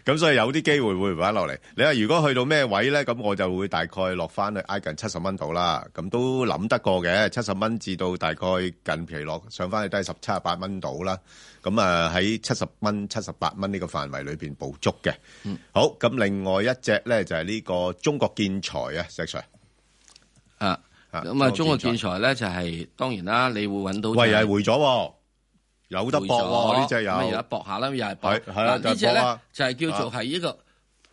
[SPEAKER 2] 咁所以有啲機會會玩落嚟。你話如果去到咩位咧，咁我就會大概落翻去挨近七十蚊度啦。咁都諗得過嘅，七十蚊至到大概近期落上翻去都係十七十八蚊度啦。咁啊喺七十蚊、七十八蚊呢個範圍裏邊捕捉嘅。
[SPEAKER 1] 嗯
[SPEAKER 2] 好，咁另外一隻咧就係呢個中國建材啊，石 Sir。
[SPEAKER 1] 啊，咁啊，中國建材咧就係當然啦，你會揾到
[SPEAKER 2] 喂
[SPEAKER 1] 就係
[SPEAKER 2] 又係回咗喎，有得搏喎
[SPEAKER 1] 回咗
[SPEAKER 2] 呢隻有
[SPEAKER 1] 咁而家啊搏下啦，又係搏。
[SPEAKER 2] 係係啊
[SPEAKER 1] 嗱
[SPEAKER 2] 就係
[SPEAKER 1] 呢隻
[SPEAKER 2] 搏
[SPEAKER 1] 咧
[SPEAKER 2] 啊
[SPEAKER 1] 就係叫做係呢個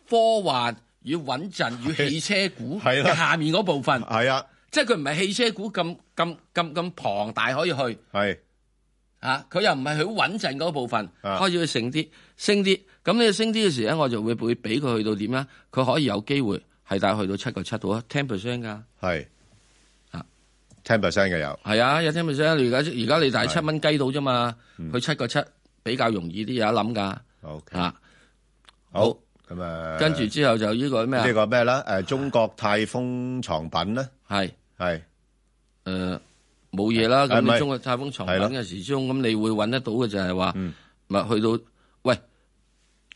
[SPEAKER 1] 科幻與穩陣與汽車股
[SPEAKER 2] 係啦
[SPEAKER 1] 嘅下面嗰部分。
[SPEAKER 2] 係啊，
[SPEAKER 1] 即係佢唔係汽車股咁咁咁咁龐大可以去。
[SPEAKER 2] 係
[SPEAKER 1] 啊，佢又唔係好穩陣嗰部分，
[SPEAKER 14] 啊
[SPEAKER 1] 開始去升啲，升啲。咁你升啲嘅時咧，我就會會俾佢去到點咧？佢可以有機會係大概去到七個七度啊，ten percent 㗎。
[SPEAKER 2] 係，ten
[SPEAKER 1] 啊
[SPEAKER 2] percent 嘅有。
[SPEAKER 1] 係啊，有 ten percent。你而家而家你大七蚊雞到啫嘛，
[SPEAKER 2] 嗯
[SPEAKER 1] 佢七個七比較容易啲有得諗㗎。
[SPEAKER 2] OK
[SPEAKER 1] 啊，
[SPEAKER 2] 好，咁啊，
[SPEAKER 1] 跟住之後就呢個咩啊
[SPEAKER 2] 呢個咩啦？誒，中國泰豐床品咧，
[SPEAKER 1] 係
[SPEAKER 2] 係
[SPEAKER 1] 誒冇嘢啦。咁
[SPEAKER 2] 係咪
[SPEAKER 1] 你中國太豐床
[SPEAKER 2] 係
[SPEAKER 1] 品
[SPEAKER 2] 咯嗯
[SPEAKER 1] 嘅時鐘，咁你會揾得到嘅就係話，咪去到喂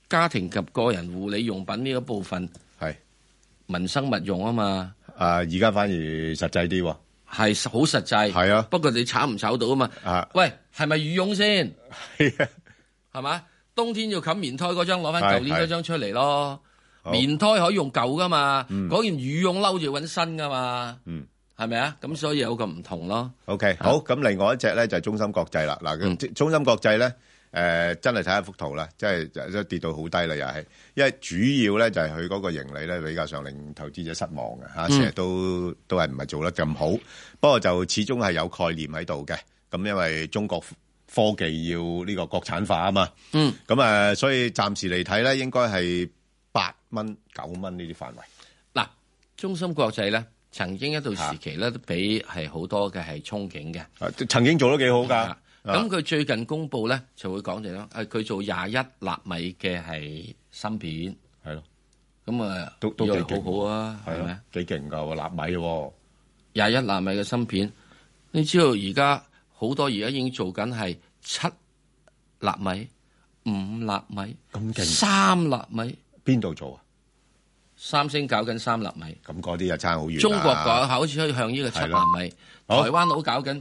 [SPEAKER 1] 家庭及個人護理用品呢一部分
[SPEAKER 2] 係
[SPEAKER 1] 民生物用啊嘛。
[SPEAKER 2] 啊，而家反而實際啲喎，
[SPEAKER 1] 係好實際，
[SPEAKER 2] 係啊。
[SPEAKER 1] 不過你炒唔炒到啊嘛？
[SPEAKER 2] 啊，
[SPEAKER 1] 喂，係咪羽絨先？
[SPEAKER 2] 係啊，
[SPEAKER 1] 係嘛？冬天要冚棉胎嗰張攞翻舊年
[SPEAKER 14] 係係
[SPEAKER 1] 嗰張出嚟咯。棉胎可以用舊噶嘛？嗰件羽絨褸住揾新噶嘛？
[SPEAKER 2] 嗯，
[SPEAKER 1] 係咪啊？咁所以有個唔同咯。
[SPEAKER 2] OK，好，咁另外一隻咧就係中芯國際啦。嗱，咁中芯國際咧，誒真係睇下幅圖啦，即係就都跌到好低啦，又係，因為主要咧就係佢嗰個盈利咧比較上令投資者失望嘅嚇，
[SPEAKER 11] 嗯
[SPEAKER 2] 成日都都係唔係做得咁好。不過就始終係有概念喺度嘅，咁因為中國科技要呢個國產化啊嘛。
[SPEAKER 1] 嗯，
[SPEAKER 2] 咁啊，所以暫時嚟睇咧，應該係八蚊、九蚊呢啲範圍。
[SPEAKER 1] 嗱，中芯國際咧，曾經一度時期咧都俾係好多嘅係憧憬嘅。
[SPEAKER 2] 啊曾經做得幾好㗎。
[SPEAKER 1] 咁佢最近公布咧就會講就係咯，誒佢做廿一納米嘅係芯片，
[SPEAKER 2] 係咯，
[SPEAKER 1] 咁啊
[SPEAKER 2] 都都
[SPEAKER 1] 以為
[SPEAKER 2] 幾勁
[SPEAKER 1] 好好啊，
[SPEAKER 2] 係
[SPEAKER 1] 係咪
[SPEAKER 2] 啊？幾勁㗎喎，納米喎，
[SPEAKER 1] 廿一納米嘅芯片，你知道而家好多而家已經做緊係七納米、五納米、
[SPEAKER 2] 咁勁
[SPEAKER 1] 三納米，
[SPEAKER 2] 邊度做啊？
[SPEAKER 1] 三星搞緊三納米，
[SPEAKER 2] 咁嗰啲又差好遠啦。
[SPEAKER 1] 中國搞好似可以向呢個七
[SPEAKER 2] 係咯
[SPEAKER 1] 納米，台
[SPEAKER 2] 好
[SPEAKER 1] 灣佬搞緊。